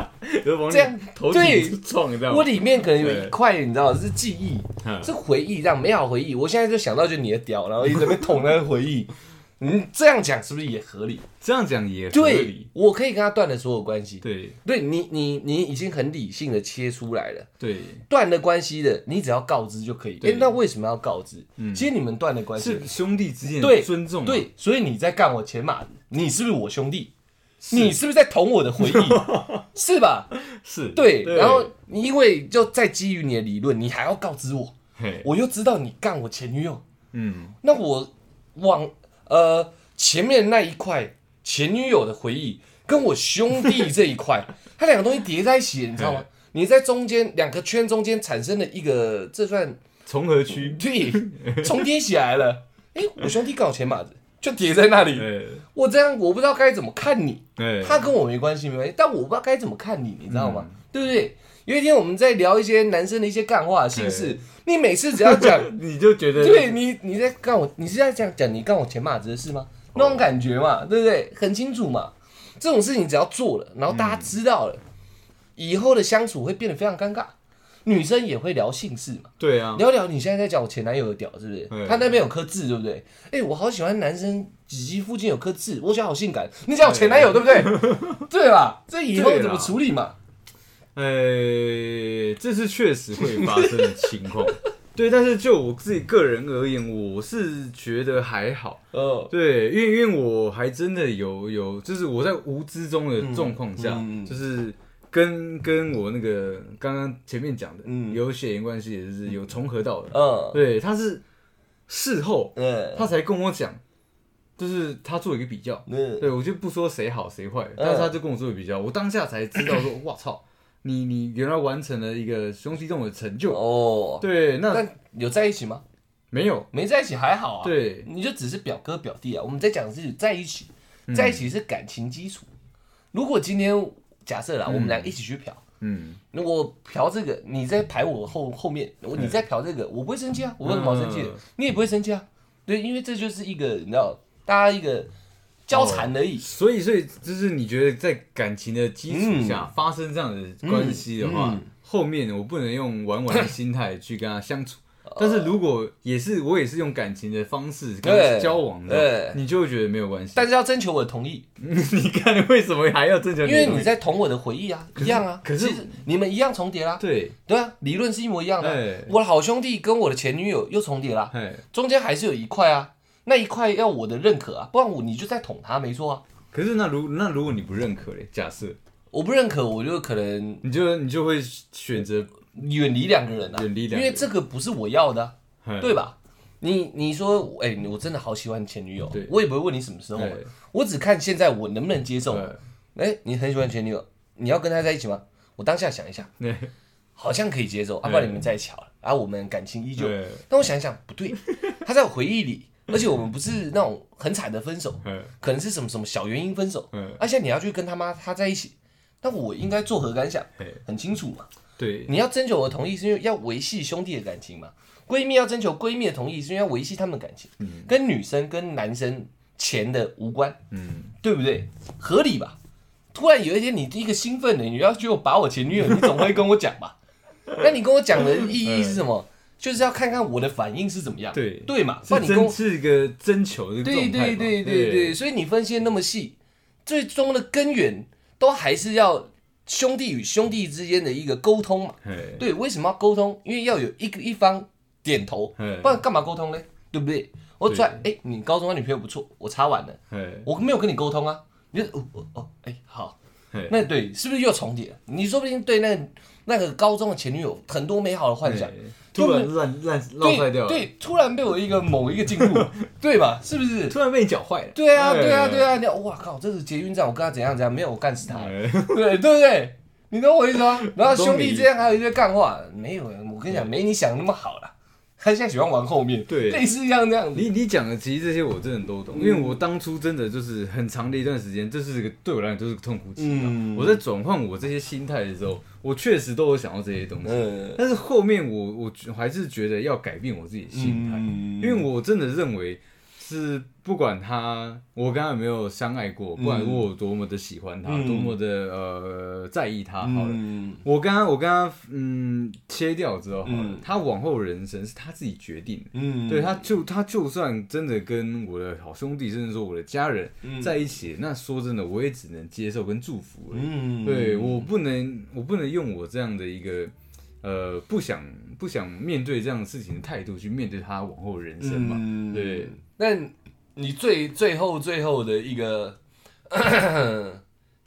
就往你这样头对顶撞，这样我里面可能有对一块你知道是记忆，嗯是回忆，这样美好回忆。我现在就想到就你的屌，然后一直被捅那个回 忆。你这样讲是不是也合理？这样讲也合对理。，我可以跟他断了所有关系。对对你，你你已经很理性的切出来了，对，断了关系的，你只要告知就可以。对嗯哎，那为什么要告知？其实你们断了关系是，兄弟之间的对尊重、啊，对，所以你在干我前马子，你是不是我兄弟？是，你是不是在捅我的 回忆？是吧？是对，然后你因为就再基于你的理论，你还要告知我，嘿，我又知道你干我前女友，嗯，那我往呃前面那一块前女友的回忆，跟我兄弟这一块， 它两个东西叠在一起，你知道吗嗯？你在中间两个圈中间产生了一个，这算重合区，对 重叠起来了。哎、我兄弟刚好前马子就叠在那里，对我这样我不知道该怎么看你，对，嗯他跟我没关系没关系，但我不知道该怎么看你，你知道吗？对不对？有一天我们在聊一些男生的一些干话、姓氏，你每次只要讲你就觉得对你，你在干我，你是在讲讲你干我前马子的事吗？那种感觉嘛，对不对？很清楚嘛，这种事情只要做了，然后大家知道了，以后的相处会变得非常尴尬。女生也会聊姓氏嘛，对啊，聊聊你现在在讲我前男友的屌是不对是？他那边有颗痣对不对？哎、我好喜欢男生鸡鸡附近有颗痣，我觉得好性感。你讲我前男友对不对？ 对吧？这以后对啦怎么处理嘛？呃、这是确实会发生的情 况。对，但是就我自己个人而言，我是觉得还好。哦，对，因为因为我还真的有有，就是我在无知中的状况下，嗯嗯嗯就是跟跟我那个刚刚前面讲的，嗯有血缘关系，也就是有重合到的。嗯，对，他是事后嗯，他才跟我讲，就是他做一个比较。嗯，对我就不说谁好谁坏，但是他就跟我做一个比较，我当下才知道说，哇操，你你原来完成了一个兄弟洞的成就。哦，对，那但有在一起吗？没有，没在一起还好啊。对你就只是表哥表弟啊。我们在讲的是在一嗯起，在一起是感情基础。如果今天假设啦，我们俩一起去嫖，嗯，那我嫖这个，你在排我后后面，我你在嫖这个，我不会生气啊，我有什么好生气的嗯？你也不会生气啊，对，因为这就是一个你知道，大家一个交缠而已。所以所以就是你觉得在感情的基础下发生这样的关系的话，嗯嗯后面我不能用玩玩的心态去跟他相处。哦但是如果也是我也是用感情的方式跟他对交往的对，你就会觉得没有关系。但是要征求我的同意， 你看为什么还要征求因你的为同意？你在捅我的回忆啊，一样啊。可是其实你们一样重叠啦，对，对啊，理论是一模一样的啊。哎我的好兄弟跟我的前女友又重叠啦，哎，中间还是有一块啊，那一块要我的认可啊，不然我你就在捅他，没错啊。可是那如那如果你不认可嘞，假设我不认可，我就可能你就你就会选择远离两个人啊，远离两个因人为这个不是我要的啊、哎对吧？你你说，哎、我真的好喜欢前女友对，我也不会问你什么时候嘛对，我只看现在我能不能接受。哎哎、你很喜欢前女友，你要跟她在一起吗？我当下想一想，对好像可以接受，啊，对不然你们在一起好了，啊，我们感情依旧。对但我想一想，不对，她在我回忆里，而且我们不是那种很惨的分手，哎可能是什么什么小原因分手，哎而且你要去跟他妈她在一起，那我应该作何感想？哎很清楚嘛。对你要征求我的同意，是因为要维系兄弟的感情嘛？闺蜜要征求闺蜜的同意，是因为要维系他们的感情，跟女生跟男生钱的无关，嗯对不对？合理吧？突然有一天，你一个兴奋的，你要就把我前女友，你总会跟我讲 吧？那你跟我讲的意义是什么？就是要看看我的反应是怎么样，嗯对对嘛？不是然你跟真我是一个征求的对状态对嘛对对对，所以你分析的那么细，最终的根源都还是要兄弟与兄弟之间的一个沟通嘛。哎对，为什么要沟通？因为要有一个一方点头，哎不然干嘛沟通嘞？对不对？我转哎、你高中的女朋友不错，我查完了，哎我没有跟你沟通啊。你就哦哦哦，哎、好嘿，那对是不是又重叠了？你说不定对那个那个高中的前女友很多美好的幻想，哎突然烂烂浪对费掉了，对，突然被我一个某一个进 入，对吧？是不是？突然被你搅坏了，对啊，哎对啊，对啊！你哇靠，这是捷运站，我跟他怎样怎样，没有我干死他，哎对对不对？你懂我意思吗？然后懂兄弟你之间还有一些干话，没有，我跟你讲，没你想那么好啦。他现在喜欢玩后面，对类似像这样子，你你讲的其实这些我真的都懂，因为我当初真的就是很长的一段时间，这是一个对我来讲就是个痛苦期啊。嗯我在转换我这些心态的时候，我确实都有想到这些东西，嗯， 但是后面我我我还是觉得要改变我自己的心态，嗯因为我真的认为是不管他我刚刚有没有相爱过，不管我有多么的喜欢他，嗯多么的呃在意他，好了。嗯我跟他，我跟他，嗯，切掉之后好了，嗯他往后的人生是他自己决定的，嗯对，他就他就算真的跟我的好兄弟，甚至说我的家人嗯在一起，那说真的，我也只能接受跟祝福而已。嗯对我不能，我不能用我这样的一个呃不想不想面对这样的事情的态度去面对他往后的人生嘛。嗯对。那你最最后最后的一个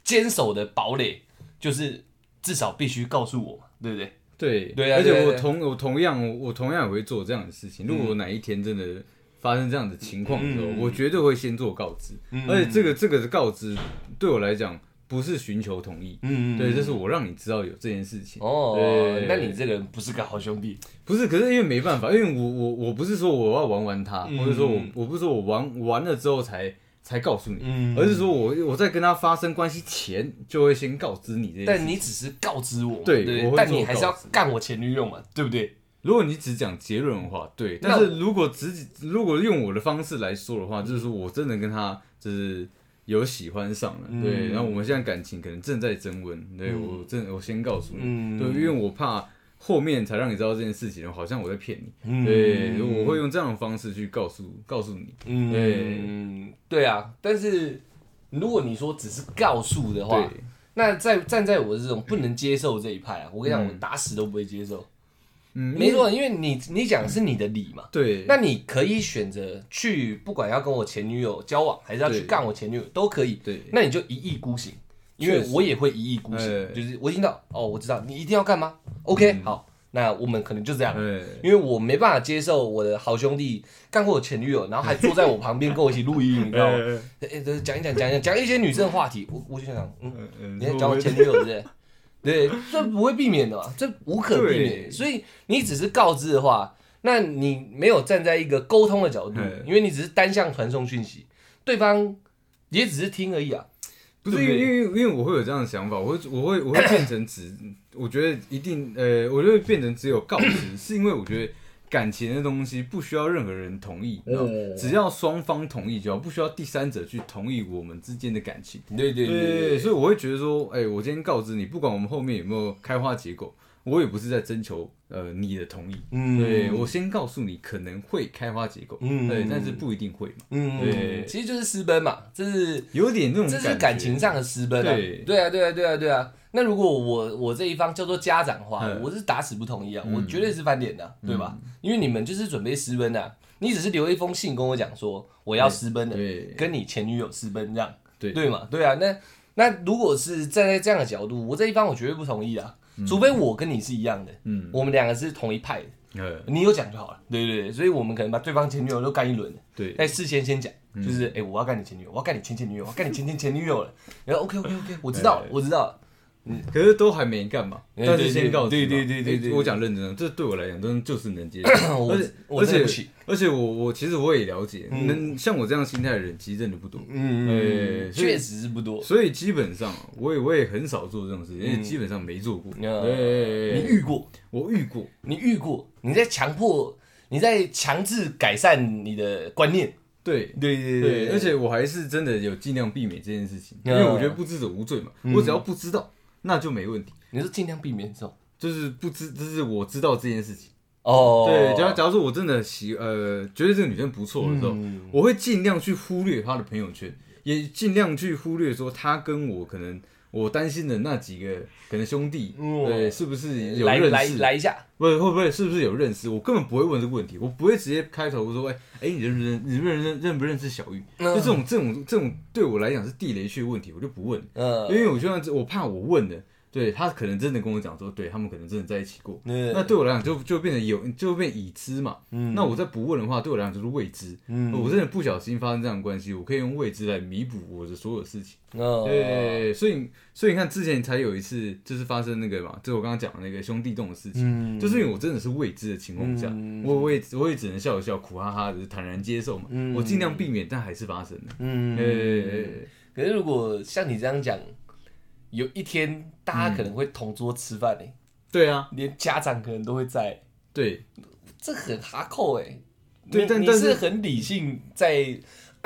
坚守的堡垒，就是至少必须告诉我嘛，对不对？对对啊而对且啊我对啊同我同样我同样也会做这样的事情。如果我哪一天真的发生这样的情况的时候，嗯我绝对会先做告知，嗯而且这个这个的告知对我来讲不是寻求同意，嗯对，这是我让你知道有这件事情。哦对，那你这个人不是个好兄弟，不是，可是因为没办法，因为我我我不是说我要玩玩他，嗯或者说我我不是说我玩玩了之后才才告诉你，嗯而是说我我在跟他发生关系前就会先告知你这件事。但你只是告知我嘛，对不我会但做你还是告要知干我前女友嘛，对不对？如果你只讲结论的话，对，那但是如果只如果用我的方式来说的话，就是说我真的跟他就是有喜欢上了，嗯对，然后我们现在感情可能正在增温，对、我正我先告诉你，嗯对，因为我怕。后面才让你知道这件事情，好像我在骗你。嗯对，我会用这样的方式去告诉告诉你。嗯，对啊。但是如果你说只是告诉的话，对，那在站在我这种不能接受这一派啊，我跟你讲，我打死都不会接受。嗯没，错，因为你你讲的是你的理嘛，对，那你可以选择去，不管要跟我前女友交往，还是要去对干我前女友，都可以。对那你就一意孤行，因为确实我也会一意孤哎嗯行，就是我听到哦，我知道你一定要干嘛，OK，、好，那我们可能就这样，哎，因为我没办法接受我的好兄弟干过我前女友，然后还坐在我旁边跟我一起录音，你知道吗？哎哎、哎对讲一讲讲一讲讲一些女生的话题，我我就想想，嗯，嗯你在讲我前女友对不 对？对，这不会避免的嘛，这无可避对免。所以你只是告知的话，那你没有站在一个沟通的角度嗯，因为你只是单向传送讯息，对方也只是听而已啊。不是因对为不对因为因为我会有这样的想法，我会我会我会变成只，我觉得一定呃，我就会变成只有告知，是因为我觉得感情的东西不需要任何人同意，你知道吗嗯只要双方同意就好，不需要第三者去同意我们之间的感情。对对对所以我会觉得说，哎、我今天告知你，不管我们后面有没有开花结果，我也不是在征求呃你的同意。嗯对我先告诉你可能会开花结果，嗯对，但是不一定会嘛，嗯，对其实就是私奔嘛，这是有点那种这觉是感情上的私奔啊对。对啊，对啊，对啊，对啊。那如果我我这一方叫做家长的话，嗯我是打死不同意啊，我绝对是翻脸的啊，对吧？因为你们就是准备私奔的啊，你只是留一封信跟我讲说我要私奔的，对跟你前女友私奔这样，对对嘛？对啊，那那如果是站在这样的角度，我这一方我绝对不同意啊，除非我跟你是一样的，嗯我们两个是同一派的，呃，你有讲就好了，对对对，所以我们可能把对方前女友都干一轮了。对，在事先先讲，就是哎、诶我要干你前女友，我要干你前前女友，我要干你前前前女友了。 然后 OK OK OK，我知道了，我知道了。可是都还没干嘛，哎但对是先告知嘛，对对对对对哎对我讲认真的，这对我来讲真的就是能 接受，我而且我而真的且不行而且我我其实我也了解，能像我这样心态的人其实真的不多，嗯，哎所以确实是不多。所以基本上我也我也很少做这种事情，因为基本上没做过，嗯你对，遇过，我遇过，你遇过，你在强迫，你在强制改善你的观念。对。对对对，而且我还是真的有尽量避免这件事情，因嗯为我觉得不知者无罪嘛，我只要不知道，那就没问题。你是尽量避免这种。就是不知，就是我知道这件事情。哦，对，假如假如说我真的喜呃觉得这个女生不错的时候，嗯我会尽量去忽略她的朋友圈，也尽量去忽略说她跟我可能我担心的那几个可能兄弟，嗯对，是不是有来认来识？来一下，不会会不会是不是有认识？我根本不会问这个问题，我不会直接开头说，哎、哎、你认不认你认不认认不认识小玉？嗯就这种这种这种对我来讲是地雷区的问题，我就不问，因嗯，为我就算我怕我问了，对他可能真的跟我讲说，对他们可能真的在一起过，那那对我来讲就就变成有就变已知嘛。嗯那我再不问的话，对我来讲就是未知。嗯我真的不小心发生这样的关系，我可以用未知来弥补我的所有事情。嗯对，所以所以你看，之前才有一次就是发生那个嘛，就是我刚刚讲的那个兄弟洞的事情，嗯就是因为我真的是未知的情况下，嗯我我也我也只能笑一笑，苦哈哈的坦然接受嘛。嗯我尽量避免，但还是发生了。嗯对对对对可是如果像你这样讲，有一天大家可能会同桌吃饭呢、对啊，连家长可能都会在，对这很哈扣哎、对你但你但是是很理性在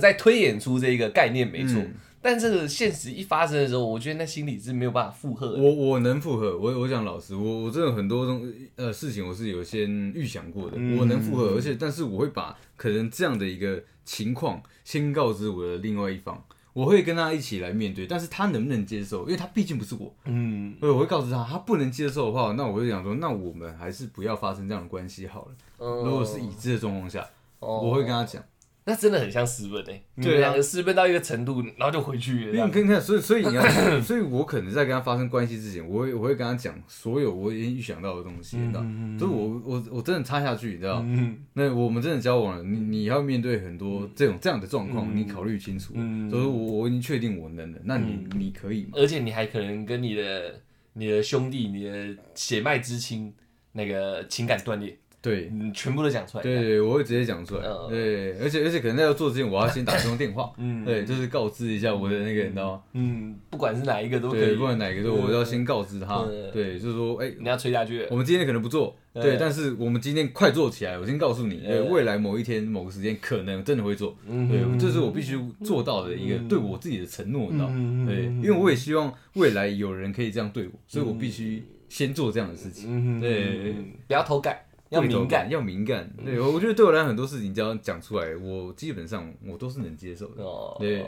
在推演出这一个概念没错，嗯但这个现实一发生的时候，我觉得那心理是没有办法负荷的。我我能负荷，我我讲老实，我我真的很多种呃事情我是有先预想过的，我能负荷，而且但是我会把可能这样的一个情况先告知我的另外一方，我会跟他一起来面对，但是他能不能接受，因为他毕竟不是我，嗯，所以我会告诉他，他不能接受的话，那我就想说，那我们还是不要发生这样的关系好了。如如果是已知的状况下，嗯哦我会跟他讲，那真的很像私奔哎、你对们啊两个私奔到一个程度，然后就回去了因这嗯为你样。看看，所以所以你 要，所以我可能在跟他发生关系之前，我会我会跟他讲所有我已经预想到的东西，你知道，就是我我我真的插下去，你知道，嗯那我们真的交往了，你你要面对很多这种这样的状况，嗯你考虑清楚，嗯所以我我已经确定我能了，那你你可以吗？而且你还可能跟你的你的兄弟、你的血脉之亲那个情感断裂，对你全部都讲出来。对，对，我会直接讲出来嗯，，对，而且而且可能在要做之前，我要先打这通电话 嗯对，就是告知一下我的那个，你知道吗？嗯，不管是哪一个都可对，以不，管哪个都，我都要先告知他嗯，对，就是说，哎，你要吹下去了。 我们今天可能不做，对对，但是我们今天快做起来。我先告诉你，对对，未来某一天某个时间可能真的会做，哎嗯对，这是我必须做到的一个对我自己的承诺，你知道吗？嗯对，因为我也希望未来有人可以这样对我，所以我必须先做这样的事情。嗯，对，不要偷改，要敏感。要敏感。对，我觉得对我来讲，很多事情只要讲出来，我基本上我都是能接受的。哦，对了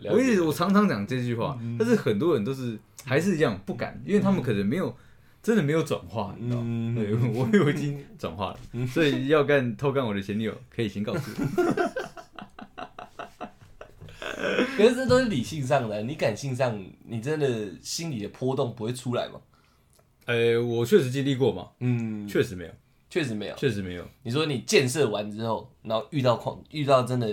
解嗯我一直我常常讲这句话，但是很多人都是还是一样不敢，因为他们可能没有真的没有转化，你知道吗？嗯对，我 我已经转化了，所以要干偷干我的前女友，可以先告 诉我。可是这都是理性上的，你感性上，你真的心里的波动不会出来吗？呃，我确实经历过嘛，嗯，确实没有，确实没有。确实没有你说你建设完之后，然后遇到况，遇到真的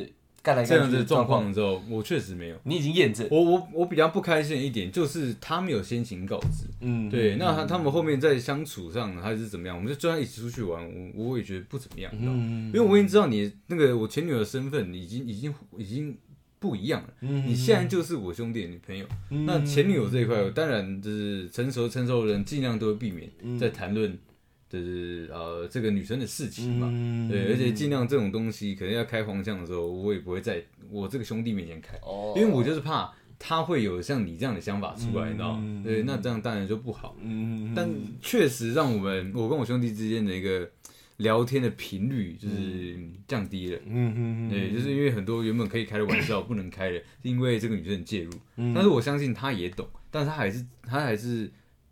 干来这干样去的的状况，况之后，我确实没有。你已经验证。我我我比较不开心的一点就是他没有先行告知，嗯，对，那他他们后面在相处上还是怎么样？我们就就算一起出去玩，我我也觉得不怎么样，你知道吗嗯因为我已经知道你那个我前女友的身份已经已经已经不一样了。嗯你现在就是我兄弟的女朋友，那前女友这一块，我当然就是成熟成熟的人尽量都会避嗯免在谈论，就是呃这个女生的事情嘛。嗯对，而且尽量这种东西，可能要开黄腔的时候，我也不会在我这个兄弟面前开，哦，因为我就是怕他会有像你这样的想法出来，你知道吗嗯？对，那这样当然就不好。嗯但确实让我们我跟我兄弟之间的一个聊天的频率就是降低了。嗯对，就是因为很多原本可以开的玩笑不能开的，是因为这个女生的介入。嗯但是我相信她也懂，但是她还是她还是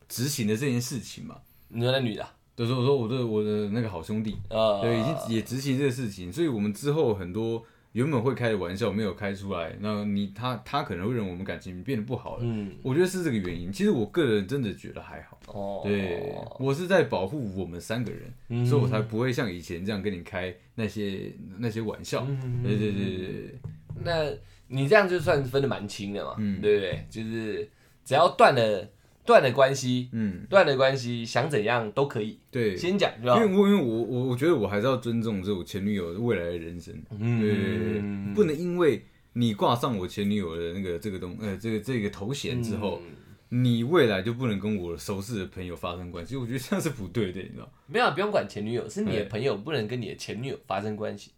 执行了这件事情嘛。你说那女的啊就是我说我的我的那个好兄弟，啊，对，已经也执行这个事情，所以我们之后很多原本会开的玩笑没有开出来，那你他他可能会认为我们感情变得不好了。嗯我觉得是这个原因。其实我个人真的觉得还好。哦，对，我是在保护我们三个人，嗯所以我才不会像以前这样跟你开那些那些玩笑。嗯对对对对对，那你这样就算分的蛮清的嘛，嗯对不对？就是只要断了断了关系，嗯，断了关系想怎样都可以，对，因先讲对吧？为我因为我我我觉得我还是要尊重这我前女友未来的人生，对对对对嗯，不能因为你挂上我前女友的那个这个东呃这个这个头衔之后，嗯你未来就不能跟我熟识的朋友发生关系，我觉得这样是不对的，你 知道？没有啊，不用管前女友，是你的对朋友不能跟你的前女友发生关系，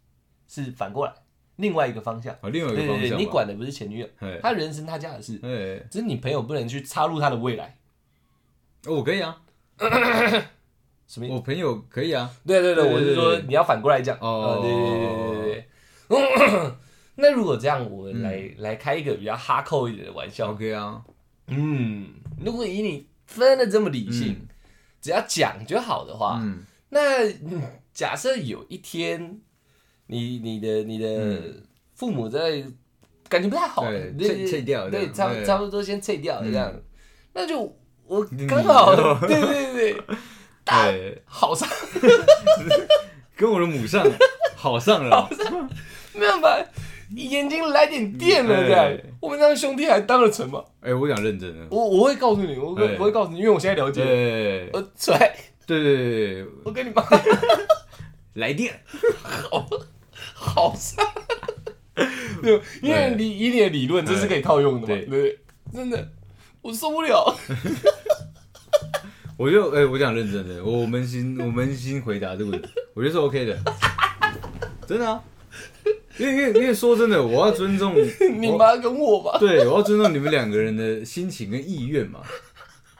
是反过来另外一个方向。啊，另外一对个对方对，向，哎你，管的不是前女友，哎她人生她家的事，哎，只是你朋友不能去插入她的未来。哦我可以啊， 什么意思？我朋友可以啊，对对对，对对我是说对对你要反过来讲。呃哦对对对对对对。 那如果这样，我来来开一个比较哈扣一点的玩笑。 ，OK 啊，嗯，如果以你分的这么理性，只要讲就好的话，嗯那嗯假设有一天，你你的你的父母在感情不太好，嗯对对撤对撤掉这对，样差不对差不多先撤掉这嗯样，那就我你刚好，哦对对对，大对，好上跟我的母上 好上了，没办法，眼睛来点电了嗯这样对，我们这样兄弟还当得成吗？哎，我想认真的，我我会告诉你，我会对我会告诉你，因为我现在了哎解，对我来，对对对，我跟你妈来电，好上，对， 因为对你以你的理论，这是可以套用的嘛，对对不对，真的。我受不了，我就哎、我讲认真的，我扪心 我扪心回答这个问题，我觉得是 OK 的，真的啊，因为因为因为说真的，我要尊 重你我，妈跟我吧。对，我要尊重你们两个人的心情跟意愿嘛，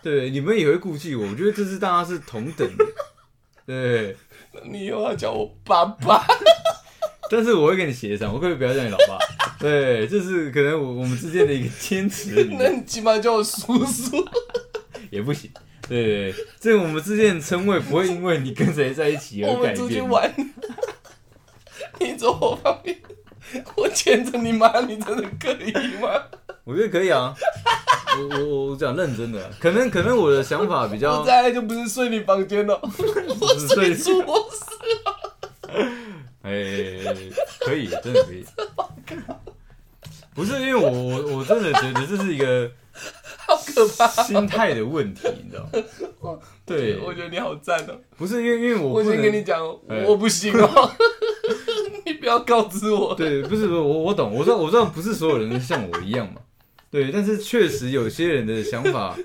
对，你们也会顾忌我，我觉得这是大家是同等的，对，你又要叫我爸爸，但是我会跟你协商，我可不可以不要叫你老爸？对，这是可能我我们之间的一个坚持的理那 念。你起码叫我叔叔。也不行。对对对，这我们之间的称谓不会因为你跟谁在一起我而改们出去变。玩， 你走我旁边，我牵着你妈，你真的可以吗？我觉得可以啊，我我我我讲认真的，可能可能我的想法比我较再来就不是睡你房间了，我是睡睡出我室。哎、可以，真的可以。不是因为我我我真的觉得这是一个好可怕！心态的问题，你知道吗？对，我觉得你好赞哦、不是因为因为我我不先能跟你讲哦、哎我不行哦、 你不要告知我。对，不是不是我我懂，我知道我知道不是所有人都像我一样嘛，对，但是确实有些人的想法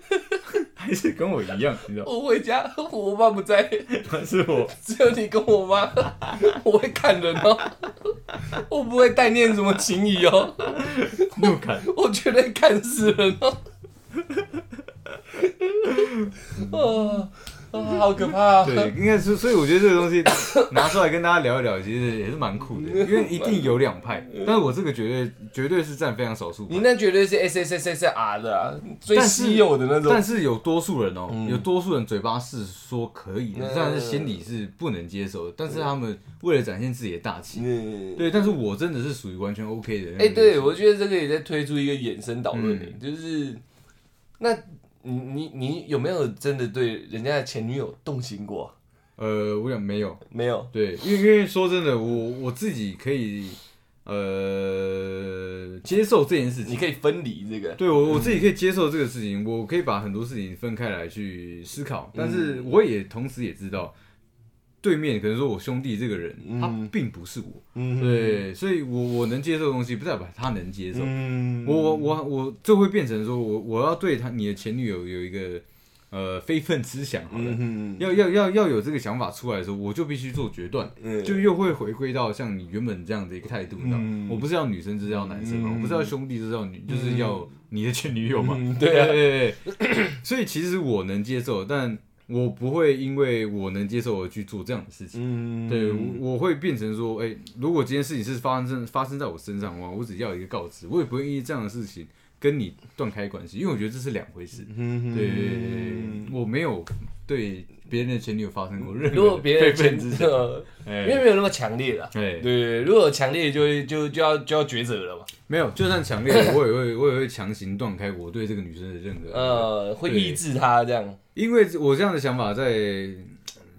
还是跟我一样，你知道吗？我回家，我爸不在，但是我只有你跟我妈。我会砍人哦、我不会带念什么情谊哦、怒砍。我绝对砍死人哦！啊啊，好可怕、啊！ 对，应该是，所以我觉得这个东西 拿出来跟大家聊一聊，其实也是 蛮酷的，因为一定有两派，但是我这个绝对绝对是占非常少数派你那绝对是 S S S S R 的、啊，最但是稀有的那种但。是有多数人哦，有多数人嘴巴是说可以的嗯，但是心里是不能接受的，但是他们为了展现自己的大气，嗯，对，但是我真的是属于完全 OK 的人。哎、对，我觉得这个也在推出一个衍生导论、嗯就是那你你你有没有真的对人家的前女友动心过？呃，我想没有，没有，对，因为因为说真的，我我自己可以呃接受这件事情你。可以分离这个。对我我自己可以接受这个事情，我嗯可以把很多事情分开来去思考，但是我也同时也知道，对面可能说我兄弟这个人，他嗯并不是我，嗯，对，所以我我能接受的东西，不代表他能接受。嗯，我我我我就会变成说我我要对他你的前女友有一个呃非分之想，好了，嗯嗯要要要要有这个想法出来的时候，我就必须做决断。嗯，就又会回归到像你原本这样的一个态度，你知道吗嗯？我不是要女生，就是要男生嘛；嗯我不是要兄弟，就是要女，就是要你的前女友嘛嗯。对对啊对对对所以其实我能接受，但我不会因为我能接受而去做这样的事情。嗯，对，我我会变成说，哎，如果这件事情是发生发生在我身上的话，我只要一个告知，我也不会因为这样的事情跟你断开关系，因为我觉得这是两回事。嗯，对对对对，对我没有对别人的前女友发生过任何如果别人非 前分之置，想，呃因哎为没有那么强烈了。哎对，对，对如果有强烈就会就就要就要抉择了嘛，没有，就算强烈 的，我也会，我也会强行断开我对这个女生的任何，呃，会对抑制他这样，因为我这样的想法在嗯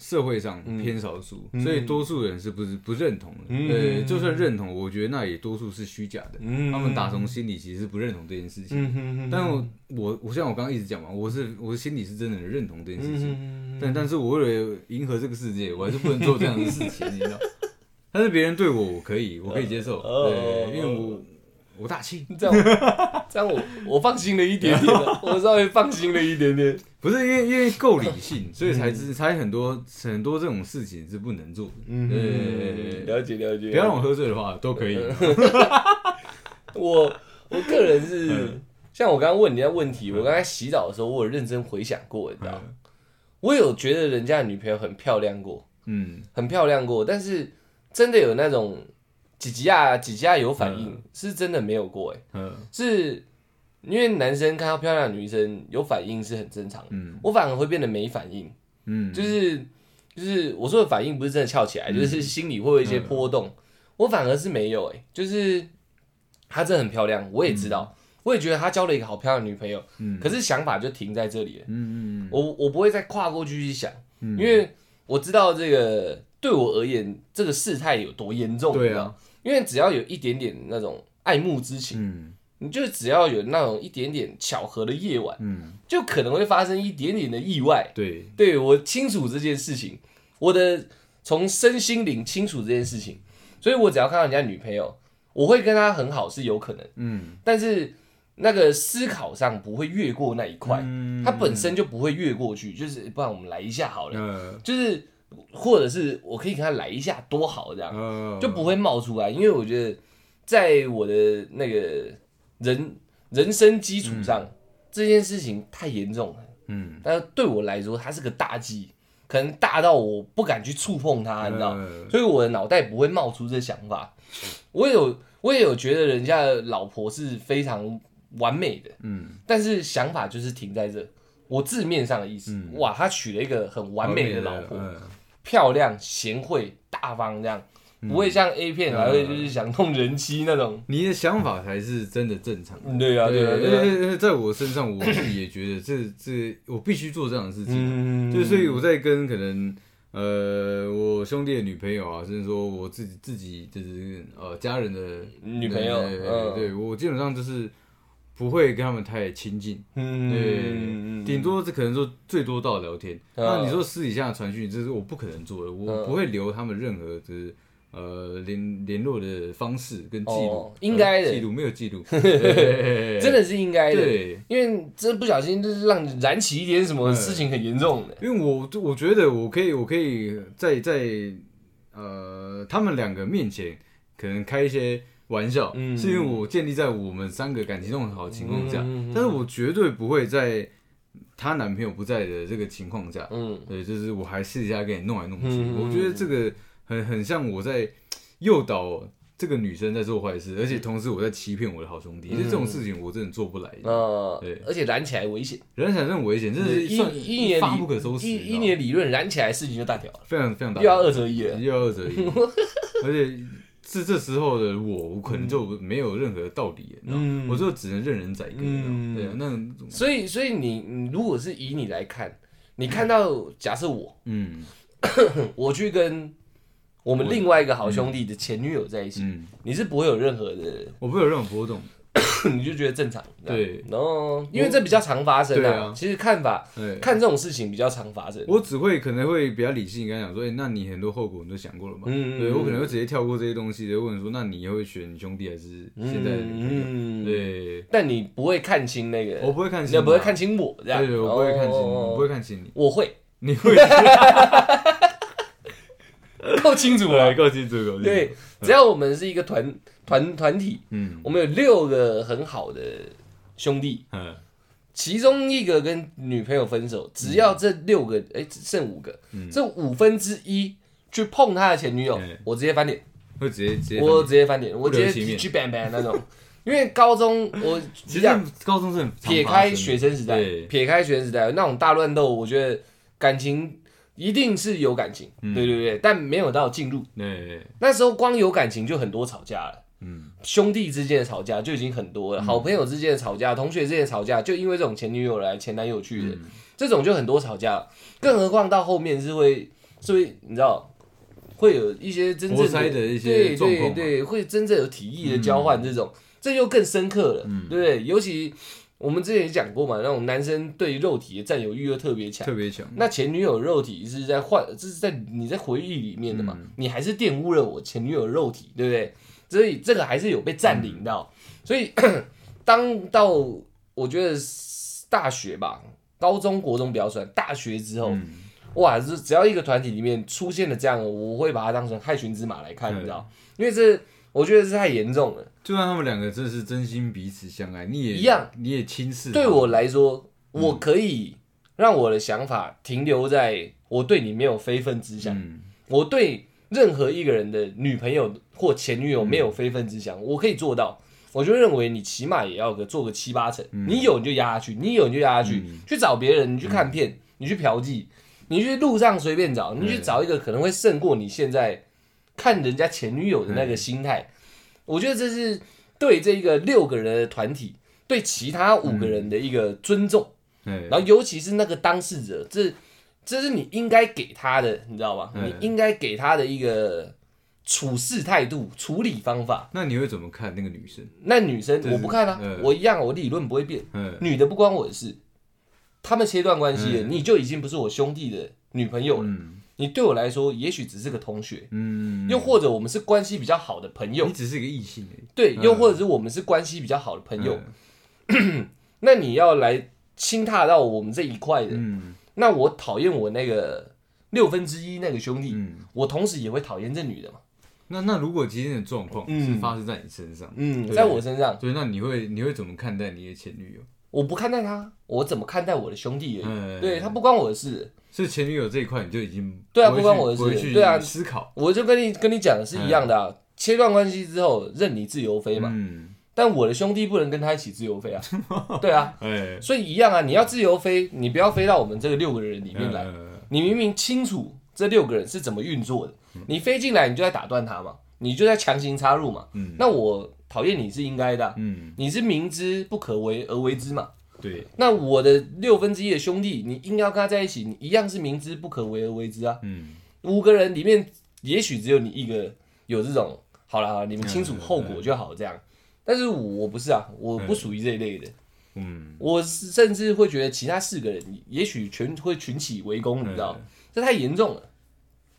社会上嗯偏少数，嗯所以多数人是不是不认同的？嗯对，就算认同，我觉得那也多数是虚假的。嗯他们打从心里其实不认同这件事情，嗯哼哼，但我我我像我刚刚一直讲嘛，我是我心里是真的认同这件事嗯情，哼哼但但是我为了迎合这个世界，我还是不能做这样的事情，你知道？ 但是别人对我，我可以，我可以接受，哦对，因为我我大气。这样我这样我我放心了一点点 了，我稍微放心了一点点，不是因为因为够理性，所以才知才很多很多这种事情是不能做的。嗯，对，了解了解，不要让我喝醉的话都可以。我我个人是，像我刚刚问你的问题，我刚才洗澡的时候，我有认真回想过，你知道吗，我有觉得人家的女朋友很漂亮过，嗯，很漂亮过，但是真的有那种几级啊几级啊有反应，是真的没有过，哎，嗯是因为男生看到漂亮的女生有反应是很正常的，嗯我反而会变得没反应，嗯，就是就是我说的反应不是真的翘起来，就是心里会有一嗯些波动。我反而是没有哎、就是她真的很漂亮，我也知道，我也觉得她交了一个好漂亮的女朋友，嗯可是想法就停在这里了。嗯嗯我我不会再跨过去去想，嗯因为我知道这个对我而言这个事态有多严重。对啊，因为只要有一点点那种爱慕之情，嗯你就只要有那种一点点巧合的夜晚，嗯，就可能会发生一点点的意外。对，对我清楚这件事情，我的从身心灵清楚这件事情，所以我只要看到人家女朋友，我会跟她很好是有可能，嗯，但是那个思考上不会越过那一块，嗯它本身就不会越过去，就是不然我们来一下好了，呃就是或者是我可以跟她来一下多好这样，呃就不会冒出来，因为我觉得在我的那个人人生基础上，这件事情太严重了。嗯，但是对我来说，它是个大忌，可能大到我不敢去触碰它，你知道，呃所以我的脑袋不会冒出这想法。我有，我也有觉得人家的老婆是非常完美的，嗯，但是想法就是停在这。我字面上的意思，嗯哇，他娶了一个很完美的老婆，呃漂亮、贤惠、大方，这样嗯不会像 A 片还会就是想弄人妻那种。你的想法才是真的正常的。嗯对啊，对啊，对对啊，对，在我身上，我自己也觉得这这我必须做这样的事情。嗯就所以我在跟可能呃我兄弟的女朋友啊，甚至说我自己自己就是呃家人的女朋友，对对对嗯对我基本上就是不会跟他们太亲近，嗯对，顶多是可能说最多到聊天。嗯那你说私底下的传讯，这是我不可能做的，我嗯不会留他们任何就是。呃，联联络的方式跟记录哦，应该的呃记录没有记 录，对真的是应该的。对，因为这不小心就是让你燃起一点什么事情很严重的。因为我我觉得我可以，我可以在在呃他们两个面前可能开一些玩笑，嗯是因为我建立在我们三个感情都很好的情况下，嗯嗯嗯但是我绝对不会在她男朋友不在的这个情况下，嗯，对，就是我还私底下给你弄来弄去，嗯嗯嗯我觉得这个很很像我在诱导这个女生在做坏事，而且同时我在欺骗我的好兄弟，嗯就这种事情我真的做不来的，呃对，而且燃起来危险，人产生危险，真的是一算一年发不可收理拾，一你知道一吗年理论燃起来事情就大条了，非常非常大又。要二择一了。又要折一， 而且是这时候的我，我可能就没有任何道理，你知道吗嗯我就只能任人宰割，嗯你知道吗对啊，那所以，所以你你如果是以你来看，你看到假设我嗯我去跟我们另外一个好兄弟的前女友在一起，嗯，你是不会有任何的 我不会有任何波动，你就觉得正常。这样对，然后因为这比较常发生对啊啊，其实看法对，看这种事情比较常发生。我只会可能会比较理性跟他讲说，哎、那你很多后果你都想过了吧？嗯对我可能会直接跳过这些东西，直接问说，那你会选你兄弟还是现在的女朋友？嗯，对，但你不会看清那个，我不会看清，啊你不会看，清我这样，对对，我不会看清，哦我不会看清你，我会你会够清楚对了。够清楚，够清楚， 对，只要我们是一个团团团体，嗯我们有六个很好的兄弟，嗯其中一个跟女朋友分手，只要这六个，哎、只剩五个，这五分之一去碰他的前女友，嗯我直接翻脸，会直接直接我直接翻脸，我直留接情面 G bang bang 那种。因为高中我 其其实实高中是很常撇发生开的学生时代对，撇开学生时代那种大乱斗，我觉得感情一定是有感情，对对对，但没有到进入对，那时候，光有感情就很多吵架了。嗯兄弟之间的吵架就已经很多了，好朋友之间的吵架，同学之间的吵架，就因为这种前女友来、前男友去的，嗯这种就很多吵架了。更何况到后面是会，是会你知道，会有一些真正活塞的一些对状对况嘛嗯对，会真正有体意的交换，这种、这就更深刻了，对不对？尤其我们之前也讲过嘛，那种男生对肉体的占有欲又特别强。特别强，那前女友的肉体是在换，这是在你在回忆里面的嗯嘛？你还是玷污了我前女友的肉体，对不对？所以这个还是有被占领到。所以当到我觉得大学吧，高中、国中不要算，大学之后，嗯哇，就是只要一个团体里面出现了这样的，我会把它当成害群之马来看，对你知道？因为这我觉得是太严重了。就算他们两个真的是真心彼此相爱，你也一样，你也轻视他对我来说，嗯我可以让我的想法停留在我对你没有非分之想。嗯我对任何一个人的女朋友或前女友没有非分之想，我可以做到。我就认为你起码也要个做个七八成，你有你就压下去，你有你就压下去，去找别人，你去看片，你去嫖妓，你去路上随便找，你去找一个可能会胜过你现在看人家前女友的那个心态。我觉得这是对这个六个人的团体，对其他五个人的一个尊重。对然后尤其是那个当事者，这这是你应该给他的，你知道吗？嗯你应该给他的一个处事态度、处理方法。那你会怎么看那个女生？那女生这是我不看啊，嗯我一样，我理论不会变。嗯，女的不关我的事，他们切断关系了，你就已经不是我兄弟的女朋友了。嗯你对我来说，也许只是个同学，嗯，又或者我们是关系比较好的朋友你，只是一个异性而已，对，嗯又或者是我们是关系比较好的朋友。嗯那你要来侵踏到我们这一块的，嗯那我讨厌我那个六分之一那个兄弟，嗯。我同时也会讨厌这女的嘛。那那如果今天的状况嗯是发生在你身上，嗯，对在我身上，对，那你会你会怎么看待你的前女友？我不看待她，我怎么看待我的兄弟而已。嗯，对，她不关我的事，所以前女友这一块你就已经对啊会不关去我的事不会去对啊思考我就跟你跟你讲的是一样的啊。切断关系之后，任你自由飞嘛。嗯，但我的兄弟不能跟他一起自由飞 啊。对啊，哎，所以一样啊。你要自由飞，你不要飞到我们这个六个人里面来。呃你明明清楚这六个人是怎么运作的，嗯你飞进来，你就在打断他嘛，你就在强行插入嘛。嗯那我讨厌你是应该的啊、嗯，你是明知不可为而为之嘛。对，那我的六分之一的兄弟，你硬要跟他在一起，你一样是明知不可为而为之啊。嗯，五个人里面，也许只有你一个有这种，好了好了，你们清楚后果就好这样。但是我不是啊，我不属于这一类的，嗯，我是甚至会觉得其他四个人也许全会群起围攻，你知道，这太严重了。。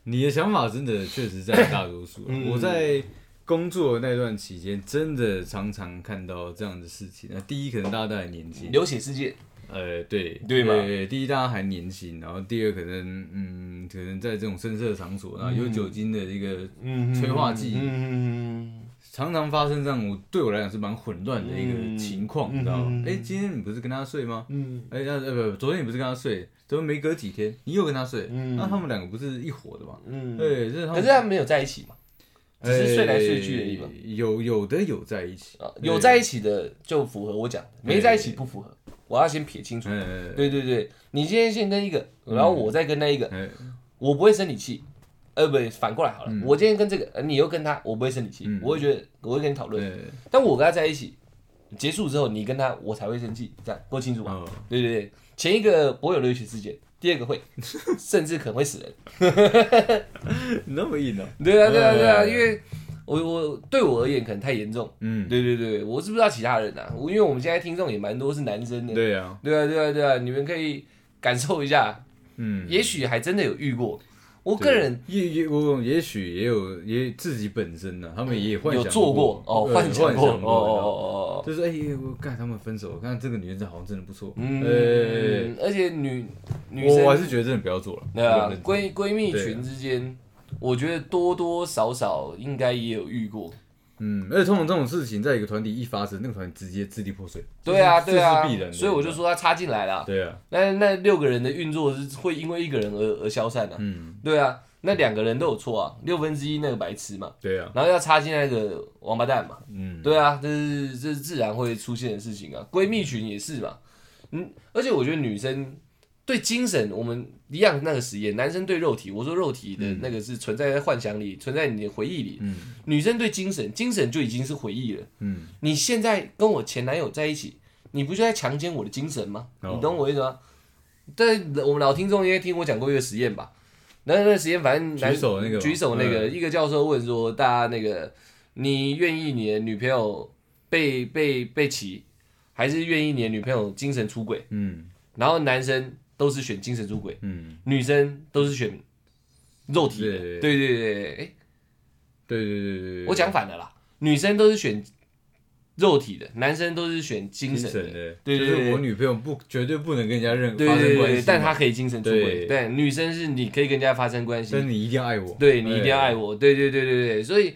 你的想法真的确实占大多数啊嗯我在工作的那段期间，真的常常看到这样的事情。那第一，可能大家都还年轻，流血事件，呃，对，嗯对嘛对，第一大家还年轻，然后第二可能，嗯，可能在这种深色场所，然后有酒精的一个，嗯催化剂嗯常常发生这样，我对我来讲是蛮混乱的一嗯个情况，你知道嗯吗？哎，今天你不是跟他睡吗？嗯哎，那呃不，昨天你不是跟他睡，怎么没隔几天你又跟他睡？嗯那他们两个不是一伙的吗？嗯，对，这是可他们是他们没有在一起嘛，只是睡来睡去而已嘛。哎有有的有在一起啊，有在一起的就符合我讲的，没在一起不符合。我要先撇清楚。嗯对对对，你今天先跟一个，然后我再跟那一个，嗯我不会生你气。呃，不，反过来好了，我今天跟这个，呃你又跟他，我不会生你气，我会觉得我会跟你讨论。对，但我跟他在一起，结束之后你跟他，我才会生气，这样够清楚吗？ 哦，对对对，前一个不会有流血事件，第二个 会，甚至可能会死人。那么硬呢？对啊，对啊，对啊，嗯因为我我对我而言可能太严重。嗯，对对对，我是不知道其他人啊，我因为我们现在听众也蛮多是男生的。对啊，对啊对啊对啊，你们可以感受一下，嗯，也许还真的有遇过。我个人也也我也许也有也自己本身呢、啊他们也幻有想做过哦，对幻想想过哦你知道哦哦哦。就是哎、我看他们分手，看这个女生好像真的不错，嗯，嗯，而且女女我生我还是觉得真的不要做了，对啊不要，认真闺闺蜜群之间，我觉得多多少少应该也有遇过。嗯，而且通常这种事情在一个团体一发生，那个团体直接支离破碎，对啊，这是对啊这是必然，的，所以我就说他插进来了。对啊，那那六个人的运作是会因为一个人而而消散的、嗯，对啊，那两个人都有错啊，六分之一那个白痴嘛，对啊，然后要插进那个王八蛋嘛，嗯，对啊，这是这是自然会出现的事情啊。闺蜜群也是嘛，嗯，而且我觉得女生对精神，我们一样那个实验，男生对肉体，我说肉体的那个是存在在幻想里，存在你的回忆里，嗯女生对精神，精神就已经是回忆了。嗯，你现在跟我前男友在一起，你不就在强奸我的精神吗？哦你懂我意思吗？但我们老听众应该听我讲过一个实验吧？那那个实验，反正男举手那个吗嗯举手那个，一个教授问说，大家那个，你愿意你的女朋友被被被骑，还是愿意你的女朋友精神出轨？嗯然后男生都是选精神出轨，嗯，女生都是选肉体的。对对对对对，哎，对对对对对，我讲反了啦，女生都是选肉体的，男生都是选精精神的。神的，对对对就是我女朋友不绝对不能跟人家认对发对生关对系，，但她可以精神出轨。对对，女生是你可以跟人家发生关但系，你一定要爱我，对你一定要爱我。对对对对对，所以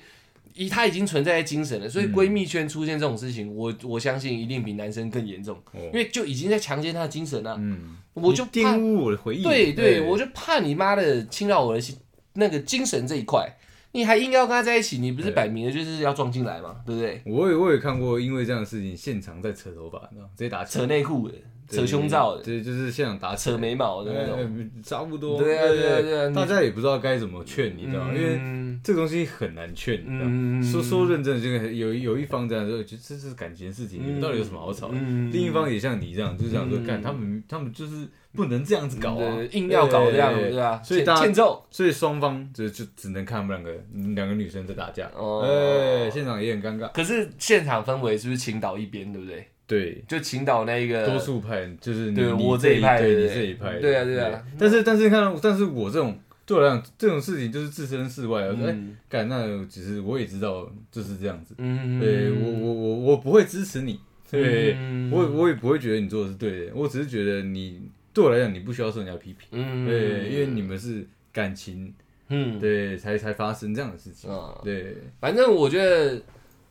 以她已经存在在精神了，嗯所以闺蜜圈出现这种事情，我我相信一定比男生更严重，哦因为就已经在强奸她的精神了。嗯，我就你怕玷，污我的回忆，对对，我就怕你妈的侵扰我的心那个精神这一块，你还硬要跟她在一起，你不是对摆明了就是要撞进来嘛，对不对？我也我也看过，因为这样的事情现场在扯头发，你知道吗直接打起来扯内裤的，对扯胸罩的，对，就是现场打起扯来眉毛的那种。哎差不多，对啊对啊对啊你大家也不知道该怎么劝，你知道吗？因为嗯这个东西很难劝，你知道嗯吗？说说认真的，这个有有一方这样说，就这是感情事情，你们到底有什么好吵的？嗯另一方也像你这样，就想说，嗯干他们他们就是不能这样子搞啊对，硬要搞这样，对对啊吧？所以欠大欠家。揍，所以双方就就只能看他们两个两个女生在打架，哦哎，现场也很尴尬。可是现场氛围是不是倾倒一边，对不对？对，就倾倒那个多数派就是你对你我这一派对对你对这一派，对啊对啊。但是但是看到，但是我这种对我来讲，这种事情就是置身事外。我说哎，嗯干那其实我也知道就是这样子。嗯对我我我我不会支持你，对嗯我我也不会觉得你做的是对的，我只是觉得你对我来讲你不需要受人家批评，嗯对，因为你们是感情嗯对才才发生这样的事情，啊，对，反正我觉得。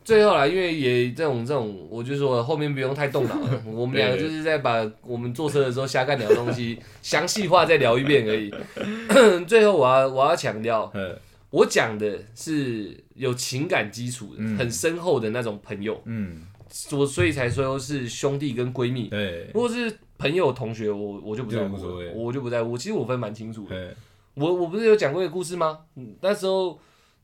最后啦，因为也这种这种，我就说后面不用太动脑 了。我们两个就是在把我们坐车的时候瞎干聊的东西 详细化再聊一遍而已。 最后我要我要强调，呃我讲的是有情感基础的、嗯很深厚的那种朋友，嗯，我所以才说是兄弟跟闺蜜。对，如果是朋友同学，我我就不在就无乎所了谓，我就不在乎。其实我分蛮清楚的。呃我我不是有讲过一个故事吗？嗯那时候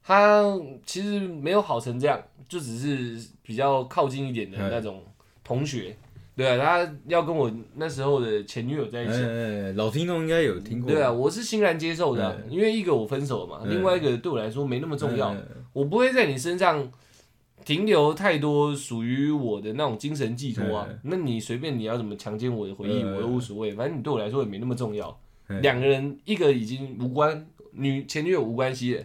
他其实没有好成这样，就只是比较靠近一点的嗯那种同学。对啊，他要跟我那时候的前女友在一起。呃，老听众应该有听过，对啊，我是欣然接受的啊、因为一个我分手了嘛，嗯另外一个对我来说没那么重要呃，。我不会在你身上停留太多属于我的那种精神寄托啊嗯。那你随便你要怎么强奸我的回忆，嗯我都无所谓，反正你对我来说也没那么重要。嗯两个人，一个已经无关，女前女友无关系了，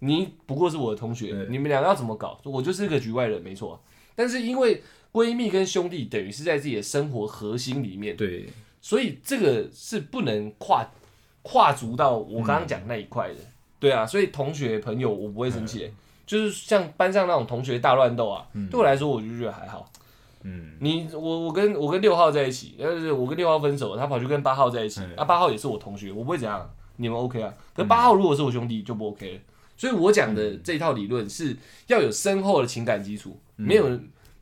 你不过是我的同学，嗯你们俩要怎么搞？我就是个局外人，没错。但是因为闺蜜跟兄弟等于是在自己的生活核心里面，对，所以这个是不能跨跨足到我刚刚讲那一块的，嗯对啊，所以同学朋友我不会生气、就是像班上那种同学大乱斗啊，对我来说我就觉得还好。嗯，你我我跟我跟六号在一起，但是我跟六号分手，他跑去跟八号在一起，嗯啊八号也是我同学，我不会怎样，你们 OK 啊？可八号如果是我兄弟就不 OK 了，所以我讲的嗯这套理论是要有深厚的情感基础，嗯没有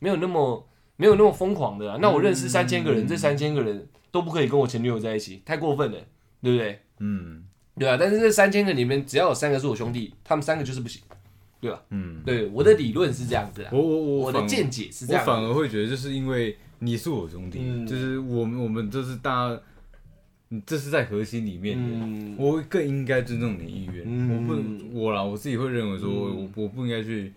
没有那么没有那么疯狂的、啊。那我认识三千个人，嗯这三千个人都不可以跟我前女友在一起，太过分了，对不对？嗯对啊，但是这三千个里面只要有三个是我兄弟，他们三个就是不行。嗯，对，我的理论是这样子啊，我我我我的反见解是这我样子。反而会觉得，就是因为你是我兄弟，嗯就是我们我们就是大家，嗯这是在核心里面的，嗯我更应该尊重你的意愿。嗯我不我啦，我自己会认为说，我我不应该去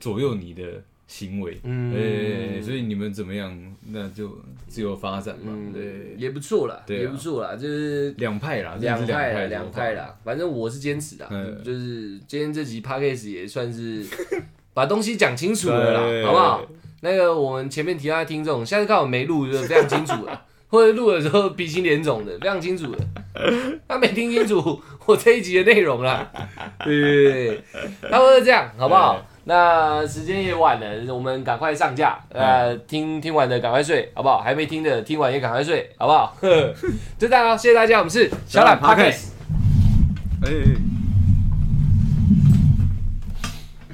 左右你的行为，嗯对，所以你们怎么样，那就自由发展嘛，嗯，对，也不错啦，对啊也不错啦，就是两派啦，这两是派啦，派两派，啦，反正我是坚持的啊嗯，就是今天这集 podcast 也算是 把东西讲清楚了对啦，好不 好？那个我们前面提到的听众，下次看我没录就非常清楚了， 或者录的时候鼻青脸肿的，非常清楚的，他没听清楚我这一集的内容啦， 对对对对，差不多是这样，好不好对？那时间也晚了，我们赶快上架。呃，听听完的赶快睡，好不好？还没听的听完也赶快睡，好不好？就这样啊，谢谢大家，我们是小懒 p o Podcast d c a s 哎。哎哎